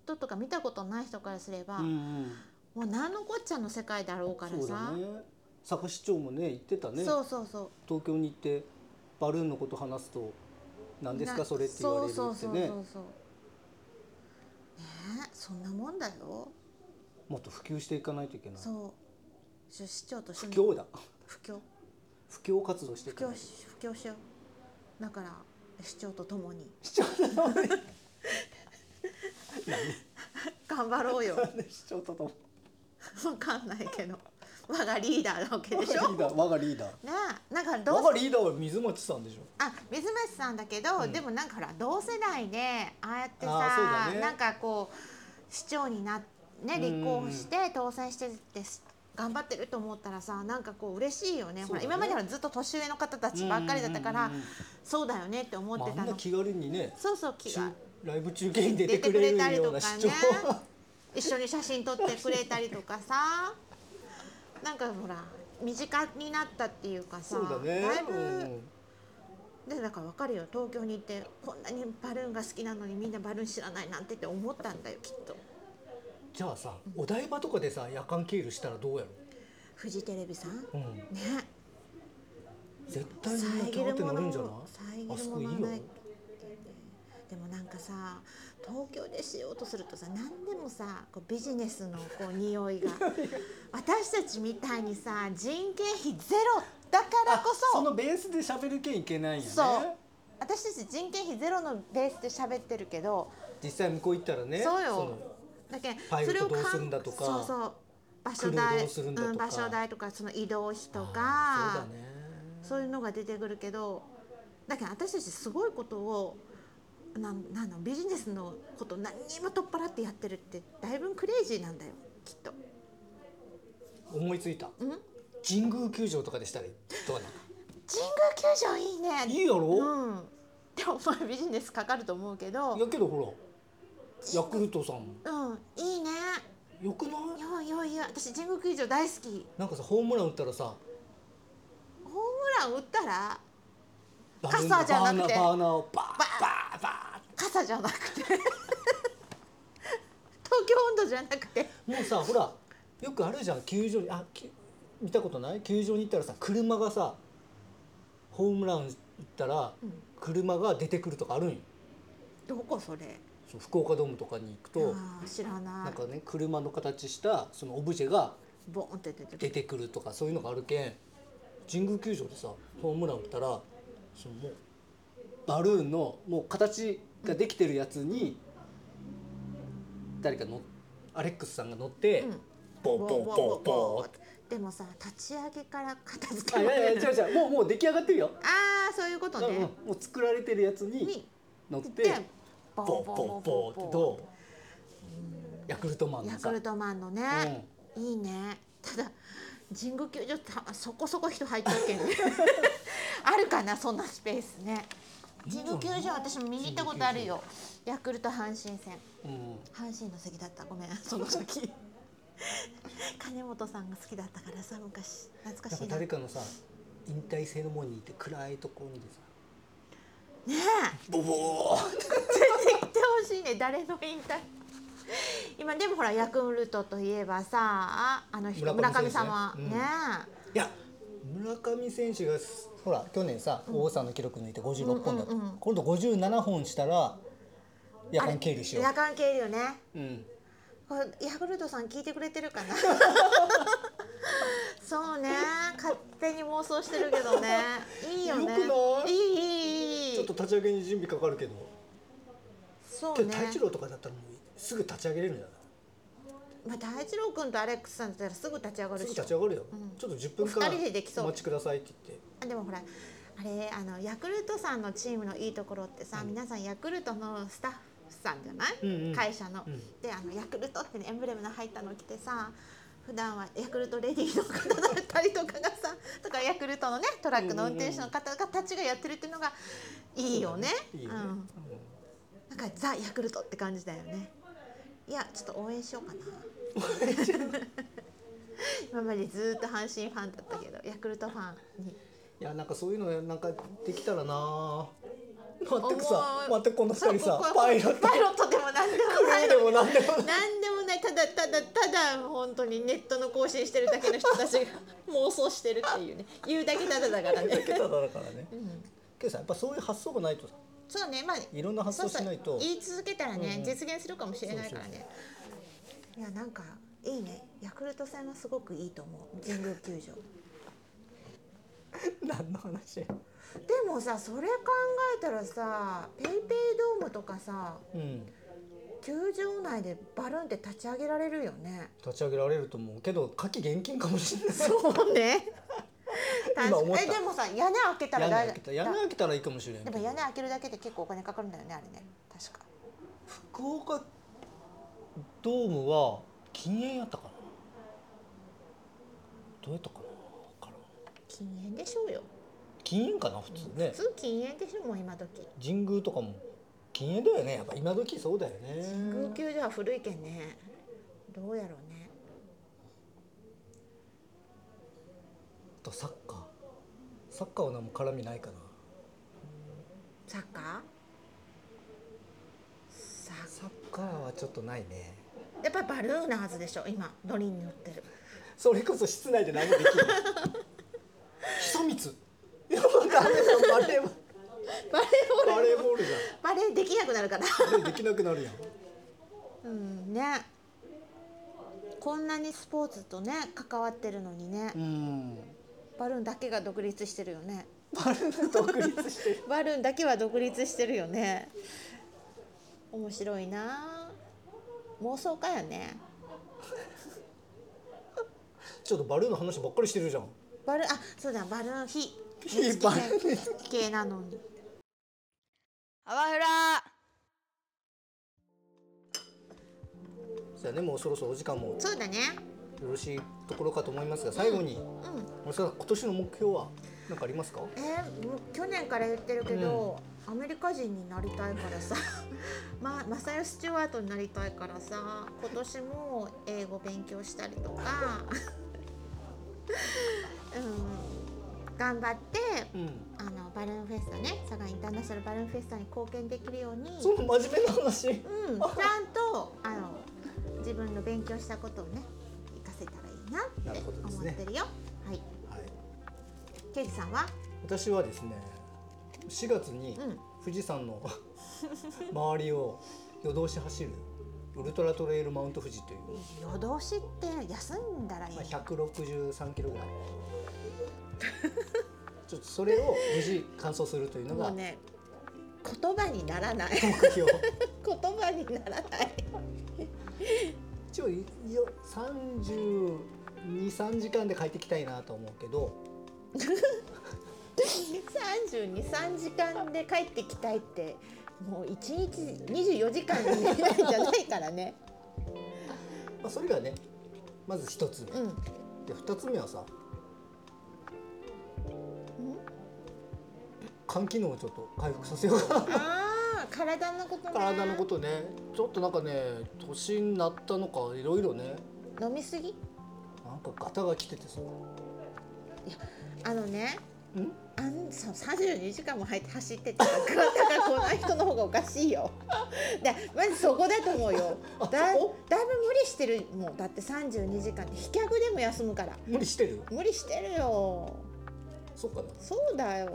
Speaker 1: 人とか見たことない人からすれば、
Speaker 4: うん
Speaker 1: も
Speaker 4: うん
Speaker 1: う何のこっちゃの世界だろうから
Speaker 4: そうだ
Speaker 1: さ
Speaker 4: ね佐久市長もね言ってたね
Speaker 1: そうそうそう
Speaker 4: 東京に行ってバルーンのこと話すと何ですか
Speaker 1: な
Speaker 4: それって言われる
Speaker 1: そう
Speaker 4: っ
Speaker 1: そ
Speaker 4: て
Speaker 1: うそう
Speaker 4: ね
Speaker 1: そうそうねえそんなもんだよ
Speaker 4: もっと普及していかないといけない
Speaker 1: そう出市長として
Speaker 4: 不
Speaker 1: も
Speaker 4: 況だ
Speaker 1: 不況
Speaker 4: 不況活動してい
Speaker 1: 不
Speaker 4: かな
Speaker 1: 況
Speaker 4: い
Speaker 1: し不況しようだから市長と共に市長と共に 頑張ろうよ
Speaker 4: 市長ととも
Speaker 1: わかんないけど我がリーダーなわけでしょ
Speaker 4: リーダー我がリーダー
Speaker 1: ねえなんか
Speaker 2: 我
Speaker 1: ど
Speaker 2: が
Speaker 1: う
Speaker 2: リーダーは水町さんでしょ
Speaker 1: あ水町さんだけど、でもなんかほら同世代でああやって
Speaker 4: あーそう
Speaker 1: さ、
Speaker 4: だね
Speaker 1: なんかこう市長になね立候補して当選してってす頑張ってると思ったらさなんかこう嬉しいよね
Speaker 4: そ
Speaker 1: ほ
Speaker 4: うだね
Speaker 1: ら今まではずっと年上の方たちばっかりだったから、
Speaker 4: うんうんうん
Speaker 1: そうだよねって思っ
Speaker 4: まあ
Speaker 1: て
Speaker 4: あ
Speaker 1: た
Speaker 4: んな
Speaker 1: の、
Speaker 4: 気軽にね
Speaker 1: そうそう気が
Speaker 4: ライブ中継に出て
Speaker 1: 出て
Speaker 4: く
Speaker 1: く
Speaker 4: れ
Speaker 1: れ
Speaker 4: る
Speaker 1: たり
Speaker 4: よう
Speaker 1: と
Speaker 4: な
Speaker 1: か
Speaker 4: 市
Speaker 1: ね
Speaker 4: 長
Speaker 1: 一緒に写真撮ってくれたりとかさなんかほら身近になったっていうかさ
Speaker 4: そうだね
Speaker 1: だいぶ、
Speaker 4: うん
Speaker 1: でだから分かるよ東京に行ってこんなにバルーンが好きなのにみんなバルーン知らないなんてって思ったんだよきっと
Speaker 2: じゃあさお台場とかでさ夜間ケールしたらどうや
Speaker 1: フジテレビさんね
Speaker 2: ろう、うん、絶対みんなキャ
Speaker 1: 遮
Speaker 2: ーっ
Speaker 1: る
Speaker 2: て
Speaker 1: も
Speaker 2: な
Speaker 1: の
Speaker 2: るんじゃない
Speaker 1: も
Speaker 2: あ
Speaker 1: 遮
Speaker 2: そ
Speaker 1: る
Speaker 2: こ
Speaker 1: も
Speaker 2: いい
Speaker 1: の
Speaker 2: よ
Speaker 1: はないでもなんかさ東京でしようとするとさ何でもさこうビジネスのこう 匂いが私たちみたいにさ人件費ゼロだからこ
Speaker 4: そ
Speaker 1: そ
Speaker 4: のベースで喋るけんいけないんやね
Speaker 1: そう私たち人件費ゼロのベースで喋ってるけど
Speaker 4: 実際向こう行ったらね
Speaker 1: そう
Speaker 4: そ
Speaker 1: よ
Speaker 4: の。
Speaker 1: だけ
Speaker 4: パイロ
Speaker 1: そ
Speaker 4: ット
Speaker 1: れを
Speaker 4: どう
Speaker 1: かん
Speaker 4: するんだとか
Speaker 1: そうそう。場所
Speaker 4: クルー
Speaker 1: 代
Speaker 4: どうするんだとか
Speaker 1: うん、場所代とかその移動費と
Speaker 4: あ
Speaker 1: か
Speaker 4: そうだね
Speaker 1: そういうのが出てくるけどだけど私たちすごいことをなんなんのビジネスのこと何にも取っ払ってやってるってだいぶクレイジーなんだよきっと
Speaker 2: 思いついた、神宮球場とかでしたらどうだ
Speaker 1: 神宮球場いいね
Speaker 2: いいやろ
Speaker 1: うん、でもまあビジネスかかると思うけど、う
Speaker 4: い
Speaker 1: ん、
Speaker 4: やけどほらヤクルトさん
Speaker 1: いいね
Speaker 4: よくない
Speaker 1: よいよいよ私神宮球場大好き
Speaker 4: なんかさホームラン打ったらさ
Speaker 1: ホームラン打ったら
Speaker 4: バルーン
Speaker 1: 傘じゃなく
Speaker 4: バー
Speaker 1: て
Speaker 4: ナーバーナーをバー
Speaker 1: バ
Speaker 4: バーバ
Speaker 1: 傘じゃなくて 東京温度じゃなくて
Speaker 4: ーもうさほら
Speaker 2: いよくあるじゃん球場にあき見たことない球場に行ったらさ車がさホームラン打ったら
Speaker 1: うん
Speaker 2: 車が出てくるとかあるんよ
Speaker 1: どこそれ
Speaker 2: そう福岡ドームとかに行くと
Speaker 1: あー知らな
Speaker 2: なん
Speaker 1: い
Speaker 2: かね車の形したそのオブジェが
Speaker 1: ボーンって出てく
Speaker 2: 出
Speaker 1: る
Speaker 2: てくるとかそういうのがあるけん神宮球場でさホームラン打ったらそのもうバルーンのもう形ができてるやつに誰かのアレックスさんが乗って、
Speaker 1: うん
Speaker 2: ボンボンボンボンボンって
Speaker 1: でもさ立ち上げから片付
Speaker 2: あ
Speaker 1: け
Speaker 2: い
Speaker 1: まで
Speaker 2: やいや違う違うもうもう出来上がってるよ、
Speaker 1: ああそういうこと
Speaker 2: うんうん
Speaker 1: ね、
Speaker 2: もう作られてるやつに
Speaker 1: に
Speaker 2: 乗っ
Speaker 1: で
Speaker 2: て
Speaker 1: ボ
Speaker 2: ボ
Speaker 1: ンボ
Speaker 2: ンボ
Speaker 1: ン
Speaker 2: ン
Speaker 1: ボ
Speaker 2: ボ
Speaker 1: ン
Speaker 2: ンって
Speaker 1: ボ
Speaker 2: どうヤクルトマ
Speaker 1: ン
Speaker 2: ン
Speaker 1: ヤ
Speaker 2: の
Speaker 1: ク
Speaker 2: さ
Speaker 1: ルトマンのね、いいね。ただ神宮球場たそこそこ人入っとるけ んね。あるかなそんなスペースね。神宮球場私も見に行ったことあるよ。ヤクルト阪神戦。
Speaker 2: うんうん
Speaker 1: 阪神の席だったごめん その時。金本さんが好きだったからさ昔懐か
Speaker 2: な
Speaker 1: し
Speaker 2: んか
Speaker 1: いな。
Speaker 2: 誰
Speaker 1: ね
Speaker 2: かのさ引退セレモニーって暗いところにさ
Speaker 1: え。
Speaker 2: ボボーって
Speaker 1: 言ってほしいね誰の引退。今でもほらヤクルトといえばさあの人
Speaker 2: 村上
Speaker 1: 村
Speaker 2: 選手
Speaker 1: 上
Speaker 2: ね
Speaker 1: 様
Speaker 2: うん
Speaker 1: ね
Speaker 2: いや村上選手がすほら去年さ王さんの記録抜いて56本だった、
Speaker 1: うんうんうん
Speaker 2: 今度57本したら
Speaker 1: え。
Speaker 2: 夜間経理しよ
Speaker 1: 夜間経理よね。
Speaker 2: う、うん、
Speaker 1: これヤクルトさん聞いてくれてるかな そうね勝手に妄想してるけどねいいよね
Speaker 2: よくな
Speaker 1: い
Speaker 2: い
Speaker 1: いいいいい
Speaker 2: ちょっと立ち上げに準備かかるけど、
Speaker 1: そう
Speaker 2: け
Speaker 1: ね
Speaker 2: ど太一郎とかだったらもうすぐ立ち上げれるんじゃない
Speaker 1: まあ、太一郎君とアレックスさんだったらすぐ立ち上がる
Speaker 2: す
Speaker 1: でし
Speaker 2: ぐ立
Speaker 1: ょ
Speaker 2: ち上がるよ、
Speaker 1: うん
Speaker 2: ちょっと10分間
Speaker 1: 二人でできそう
Speaker 2: お待ちくださいって言って
Speaker 1: あでもほらあれあのヤクルトさんのチームのいいところってさ、皆さんヤクルトのスタッフさんじゃない、
Speaker 2: うんうん
Speaker 1: 会社の、
Speaker 2: うん
Speaker 1: であのヤクルトって、ね、エンブレムの入ったの着てさ普段はヤクルトレディーの方だったりとかがさ とかヤクルトのねトラックの運転手の方がたちがやってるっていうのがいいよね。
Speaker 2: いいよね、
Speaker 1: うんなんかザ・ヤクルトって感じだよねいやちょっと応援しようかな 今までずっと阪神ファンだったけどヤクルトファンに
Speaker 2: いやなんかそういうのなんかできたらな全く
Speaker 1: 思
Speaker 2: さ
Speaker 1: う
Speaker 2: 全くこの2人
Speaker 1: そう
Speaker 2: さ
Speaker 1: ここ
Speaker 2: パイロット
Speaker 1: パイロットでも何でもない
Speaker 2: でもなんでもない
Speaker 1: 何でもないただただただ本当にネットの更新してるだけの人たちが 妄想してるっていうね言うだけただだからね
Speaker 2: だけただだからね
Speaker 1: うん
Speaker 2: けどさやっぱそういう発想がないとさ
Speaker 1: そうねまあ
Speaker 2: いろんな発
Speaker 1: そう
Speaker 2: 想
Speaker 1: そ
Speaker 2: し
Speaker 1: う
Speaker 2: ないと
Speaker 1: 言い続けたらね、
Speaker 2: うんうん
Speaker 1: 実現するかもしれないからねいやなんかいいねヤクルト戦はすごくいいと思う神宮球場
Speaker 2: 何の話
Speaker 1: でもさそれ考えたらさペイペイドームとかさ
Speaker 2: うん
Speaker 1: 球場内でバルーンって立ち上げられるよね
Speaker 2: 立ち上げられると思うけど夏季現金かもしれない
Speaker 1: そうね確
Speaker 2: 今
Speaker 1: か
Speaker 2: 思った
Speaker 1: えでもさ屋根開けたら
Speaker 2: 屋根
Speaker 1: 大
Speaker 2: 開けた屋
Speaker 1: だ
Speaker 2: 根開けたらいいかもしれん
Speaker 1: で
Speaker 2: け
Speaker 1: も
Speaker 2: ど
Speaker 1: 屋根開けるだけで結構お金かかるんだよねあれね確か
Speaker 2: 福岡ドームは禁煙やったかなどうやったかな分からん
Speaker 1: 禁煙でしょうよ
Speaker 2: 禁煙かな普通ね
Speaker 1: 普通禁煙でしょもう今時
Speaker 2: 神宮とかも禁煙だよねやっぱ今時そうだよ
Speaker 1: 神宮
Speaker 2: ね
Speaker 1: 球場は古いけんねどうやろうね
Speaker 2: あとサッカーサッカーは何も絡みないかな
Speaker 1: サッカーサッ
Speaker 2: サッカーはちょっとないね
Speaker 1: やっぱりバルーンなはずでしょ今乗りに乗ってる
Speaker 2: それこそ室内で何 もできない久光いや分かんないバレーボール
Speaker 1: バレー
Speaker 2: バレーボールじ
Speaker 1: バレーできなくなるから
Speaker 2: ゃんできなくなるやん
Speaker 1: うんねこんなにスポーツとね関わってるのにね
Speaker 2: うん
Speaker 1: バルーンだけが独立してるよね
Speaker 2: バレー独立してる
Speaker 1: バルーンだけは独立してるよね面白いな妄想家やね
Speaker 2: ちょっとバルーンの話ばっかりしてるじゃん
Speaker 1: バルーンあそうだバルーン火
Speaker 2: 火バルーン
Speaker 1: 系なのにあわふら
Speaker 2: じゃあねもうそろそろお時間もよ
Speaker 1: そうだね
Speaker 2: ろしいところかと思いますが最後に
Speaker 1: うん
Speaker 2: 森下さん今年の目標は何かありますか
Speaker 1: えーもう去年から言ってるけど、アメリカ人になりたいからさ、 ま、マサヨ・スチュワートになりたいからさ今年も英語勉強したりとか、 うん、頑張って
Speaker 2: うん
Speaker 1: あのバルーンフェスタね佐賀インターナショナルバルーンフェスタに貢献できるように
Speaker 2: その真面目な話
Speaker 1: うん、ちゃんとあの自分の勉強したことをね活かせたらいいな
Speaker 2: な
Speaker 1: っ
Speaker 2: る
Speaker 1: て
Speaker 2: ほどです
Speaker 1: 思
Speaker 2: ね
Speaker 1: ってるよ。はい、
Speaker 2: はい
Speaker 1: ケイジさんは、
Speaker 2: 私はですね4月に
Speaker 1: うん、
Speaker 2: 富士山の周りを夜通し走るウルトラトレイルマウント富士という、
Speaker 1: 夜通しって休んだらいい
Speaker 2: ま
Speaker 1: の
Speaker 2: あ、。163キロぐらいちょっとそれを無事完走するというの
Speaker 1: も
Speaker 2: が
Speaker 1: うね、言葉にならない。
Speaker 2: 目標
Speaker 1: 言葉にならない。
Speaker 2: 一応323時間で帰ってきたいなと思うけど
Speaker 1: 三十二三時間で帰ってきたいって、もう一日二十四時間になないじゃないからね。
Speaker 2: まあ、それがねまず一つ目、
Speaker 1: うん。
Speaker 2: で二つ目はさ肝機能をちょっと回復させようかな
Speaker 1: ああ、体のことね。
Speaker 2: 体のことねちょっとなんかね年になったのかいろいろね
Speaker 1: 飲みすぎ。
Speaker 2: なんかガタが来ててさ
Speaker 1: あのね
Speaker 2: ん。
Speaker 1: あんさ32時間も入って走ってたからだからこの人の方がおかしいよ。 でまずそこだと思う よ。だだいぶ無理してるもんだって32時間って飛脚でも休むから
Speaker 2: 無理してる
Speaker 1: 無理してるよ。
Speaker 2: そっかな
Speaker 1: そうだよ。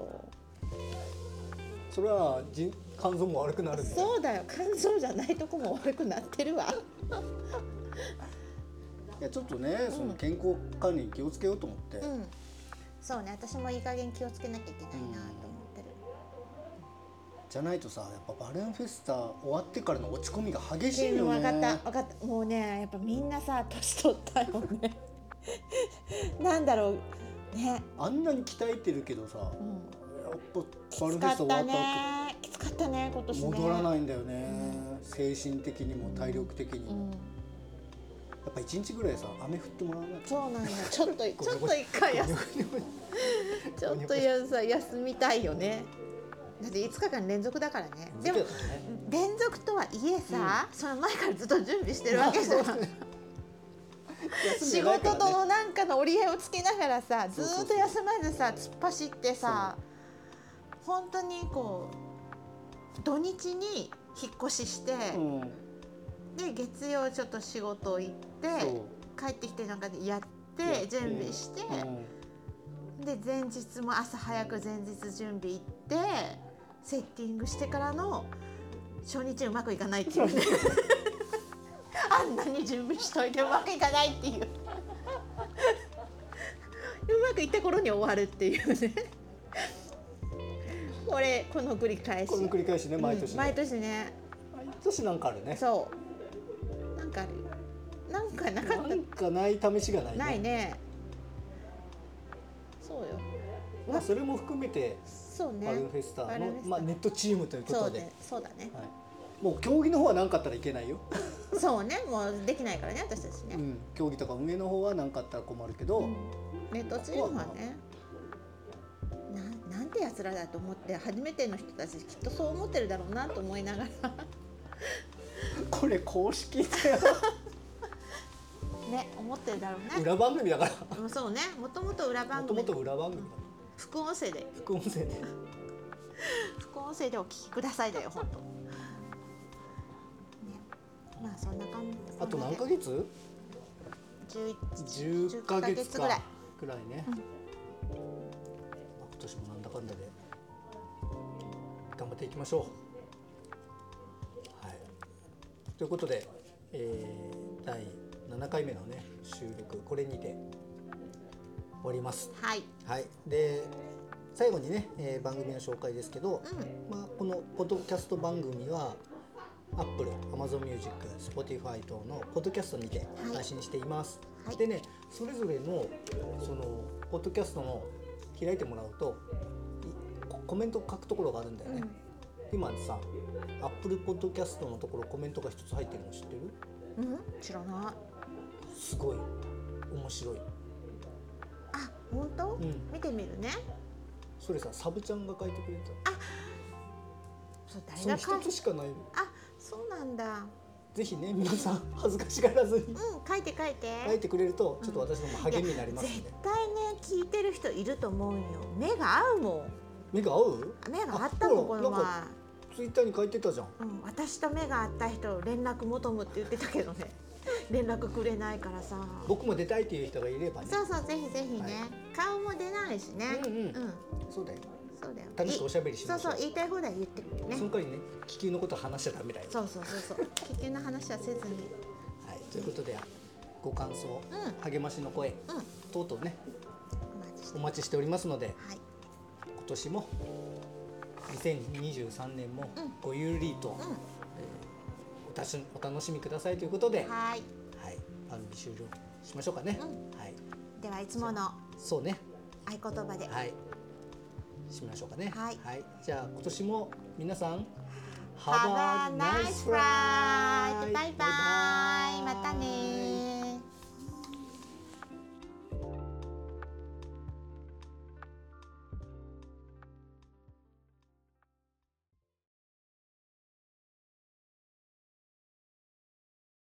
Speaker 2: それはじ肝臓も悪くなるんだよ
Speaker 1: そうだよ肝臓じゃないとこも悪くなって るわ。
Speaker 2: いやちょっとねその健康管理に気をつけようと思って、
Speaker 1: うん。そうね私もいい加減気をつけなきゃいけないなと思ってる。
Speaker 2: じゃないとさやっぱバルーンフェスタ終わってからの落ち込みが激
Speaker 1: って
Speaker 2: し
Speaker 1: い
Speaker 2: いう
Speaker 1: の
Speaker 2: よね
Speaker 1: 分かった分かったもうねやっぱみんなさ年取ったよね。 なんだろうね。
Speaker 2: あんなに鍛えてるけどさやっ
Speaker 1: うん
Speaker 2: ぱバ
Speaker 1: きつか
Speaker 2: ルーンフェスタ
Speaker 1: っ
Speaker 2: 終わ
Speaker 1: た
Speaker 2: った後
Speaker 1: ねきつかったね今年ね、
Speaker 2: 戻らないいんだよね、精神的にも体力的
Speaker 1: う
Speaker 2: にも、
Speaker 1: ん、
Speaker 2: やっぱ一日ぐらいさ雨降ってもらわなきゃ
Speaker 1: そう なんだちょっと
Speaker 2: ご
Speaker 1: ちょ
Speaker 2: め
Speaker 1: っ
Speaker 2: んご
Speaker 1: と
Speaker 2: め
Speaker 1: 一回や
Speaker 2: ごめんごめん
Speaker 1: ちょっとやさ休みたいよねだって5日間連続だからねでも連続とはいえさ、その前からずっと準備してるわけじゃん、仕事とのなんかの折り合いをつけながらさず
Speaker 2: そ
Speaker 1: ー
Speaker 2: うそうそう
Speaker 1: っと休まずさ突っ走ってさ本当にこう土日に引っ越しして、
Speaker 2: うん
Speaker 1: で月曜ちょっと仕事行って
Speaker 2: そ
Speaker 1: 帰ってきてなんかやって
Speaker 2: やって
Speaker 1: 準備して、
Speaker 2: う、うん、
Speaker 1: で前日も朝早く前日準備行ってセッティングしてからの初日うまくいかないっていうね あんなに準備しといてうまくいかないっていううまくいった頃に終わるっていうねこれこの繰り返し
Speaker 2: この繰り返しね毎年、
Speaker 1: う
Speaker 2: ね
Speaker 1: ん毎年ね
Speaker 2: 毎年なんかあるね
Speaker 1: そうなんかあるよなんかなかっ
Speaker 2: なんかない試しがな
Speaker 1: た
Speaker 2: いね
Speaker 1: ないねそうよ
Speaker 2: まあ、それも含めて
Speaker 1: そうね
Speaker 2: バルーンフェスタ
Speaker 1: バルー
Speaker 2: の
Speaker 1: ンフェ、スタ
Speaker 2: まあ、ネットチームというこ
Speaker 1: そう
Speaker 2: とで、
Speaker 1: ねそうだね
Speaker 2: はい、もう競技の方は何かあったらいけないよ、
Speaker 1: そうねもうできないからね私たち
Speaker 2: う
Speaker 1: ね、
Speaker 2: ん、競技とか運営の方は何かあったら困るけど、
Speaker 1: ネットチームはねななんてやつらだと思って初めての人たちきっとそう思ってるだろうなと思いながら
Speaker 2: これ公式だよ
Speaker 1: ね思ってるだろうね
Speaker 2: 裏番組だか
Speaker 1: うんそうねもともと裏
Speaker 2: ら
Speaker 1: 番
Speaker 2: もと
Speaker 1: 組
Speaker 2: もと裏番組だから
Speaker 1: 副音声で
Speaker 2: 副音声で
Speaker 1: 副音声でお聞きくださいだよ本当。ねまあそんな感じ
Speaker 2: あと何ヶ
Speaker 1: 月
Speaker 2: 月
Speaker 1: 11
Speaker 2: 10ヶ月か
Speaker 1: ぐらい
Speaker 2: くらいね、まあ今年もなんだかんだで頑張っていきましょうはいということで、えー第7回目のね収録これにて終わります
Speaker 1: はい
Speaker 2: はいで最後にね、えー番組の紹介ですけど、
Speaker 1: うん
Speaker 2: まあ、このポッドキャスト番組は Apple、Amazon Music、Spotify 等のポッドキャストにて
Speaker 1: はい
Speaker 2: 配信しています。
Speaker 1: はい
Speaker 2: でね、それぞれのそのポッドキャストの開いてもらうといココメント書くところがあるんだよね。今さ、Apple Podcast のところコメントが一つ入ってるの知ってる？
Speaker 1: うん、うん、知らない
Speaker 2: すごい面白い。
Speaker 1: あ本当、
Speaker 2: うん
Speaker 1: 見てみるね
Speaker 2: それさ、サブちゃんが書いてくれた。
Speaker 1: そう誰
Speaker 2: その
Speaker 1: が
Speaker 2: 一
Speaker 1: 書い
Speaker 2: つしかないの
Speaker 1: あそうなんだ
Speaker 2: ぜひね皆さん恥ずかしがらずに
Speaker 1: うん書いて書いて
Speaker 2: 書いてくれるとちょっと私の
Speaker 1: い
Speaker 2: も
Speaker 1: や
Speaker 2: 励みになりますんで
Speaker 1: 絶対ね聞いてる人いると思うよ目が合うもん
Speaker 2: 目が合う
Speaker 1: 目が合ったもん
Speaker 2: あ
Speaker 1: この
Speaker 2: なんか
Speaker 1: 前
Speaker 2: ツイッターに書いてたじゃん
Speaker 1: うん、私と目が合った人連絡求むって言ってたけ どね連絡くれないからさ
Speaker 2: 僕も出たいっていう人がいればね
Speaker 1: そうそうぜひぜひね、
Speaker 2: はい
Speaker 1: 顔も出ないしね
Speaker 2: うんうん
Speaker 1: うん、
Speaker 2: そうだよ
Speaker 1: そうだよ
Speaker 2: 楽しくおしゃべりしまし
Speaker 1: そ
Speaker 2: ょ
Speaker 1: ううそう言いたい放題言ってね
Speaker 2: その代わりね気球のこと話しちゃダメだよ
Speaker 1: そうそうそうそう気球の話はせずに
Speaker 2: はい、ということでご感想、
Speaker 1: うん
Speaker 2: 励ましの声
Speaker 1: うん
Speaker 2: 等々ね
Speaker 1: お待ちして
Speaker 2: お
Speaker 1: は
Speaker 2: 待ちしておりますので
Speaker 1: い
Speaker 2: 今年も2023年も
Speaker 1: うん
Speaker 2: ごゆるりと
Speaker 1: う
Speaker 2: おたしお楽しみくださいということで、
Speaker 1: んはい
Speaker 2: はい、番組終了しましょうかね、
Speaker 1: う
Speaker 2: はい、
Speaker 1: ではいつもの
Speaker 2: そうね
Speaker 1: 合言葉で、
Speaker 2: はいしましょうかね
Speaker 1: はい
Speaker 2: じゃあ今年も皆さん
Speaker 1: Have a nice flight! バイバイまたね
Speaker 2: Bye bye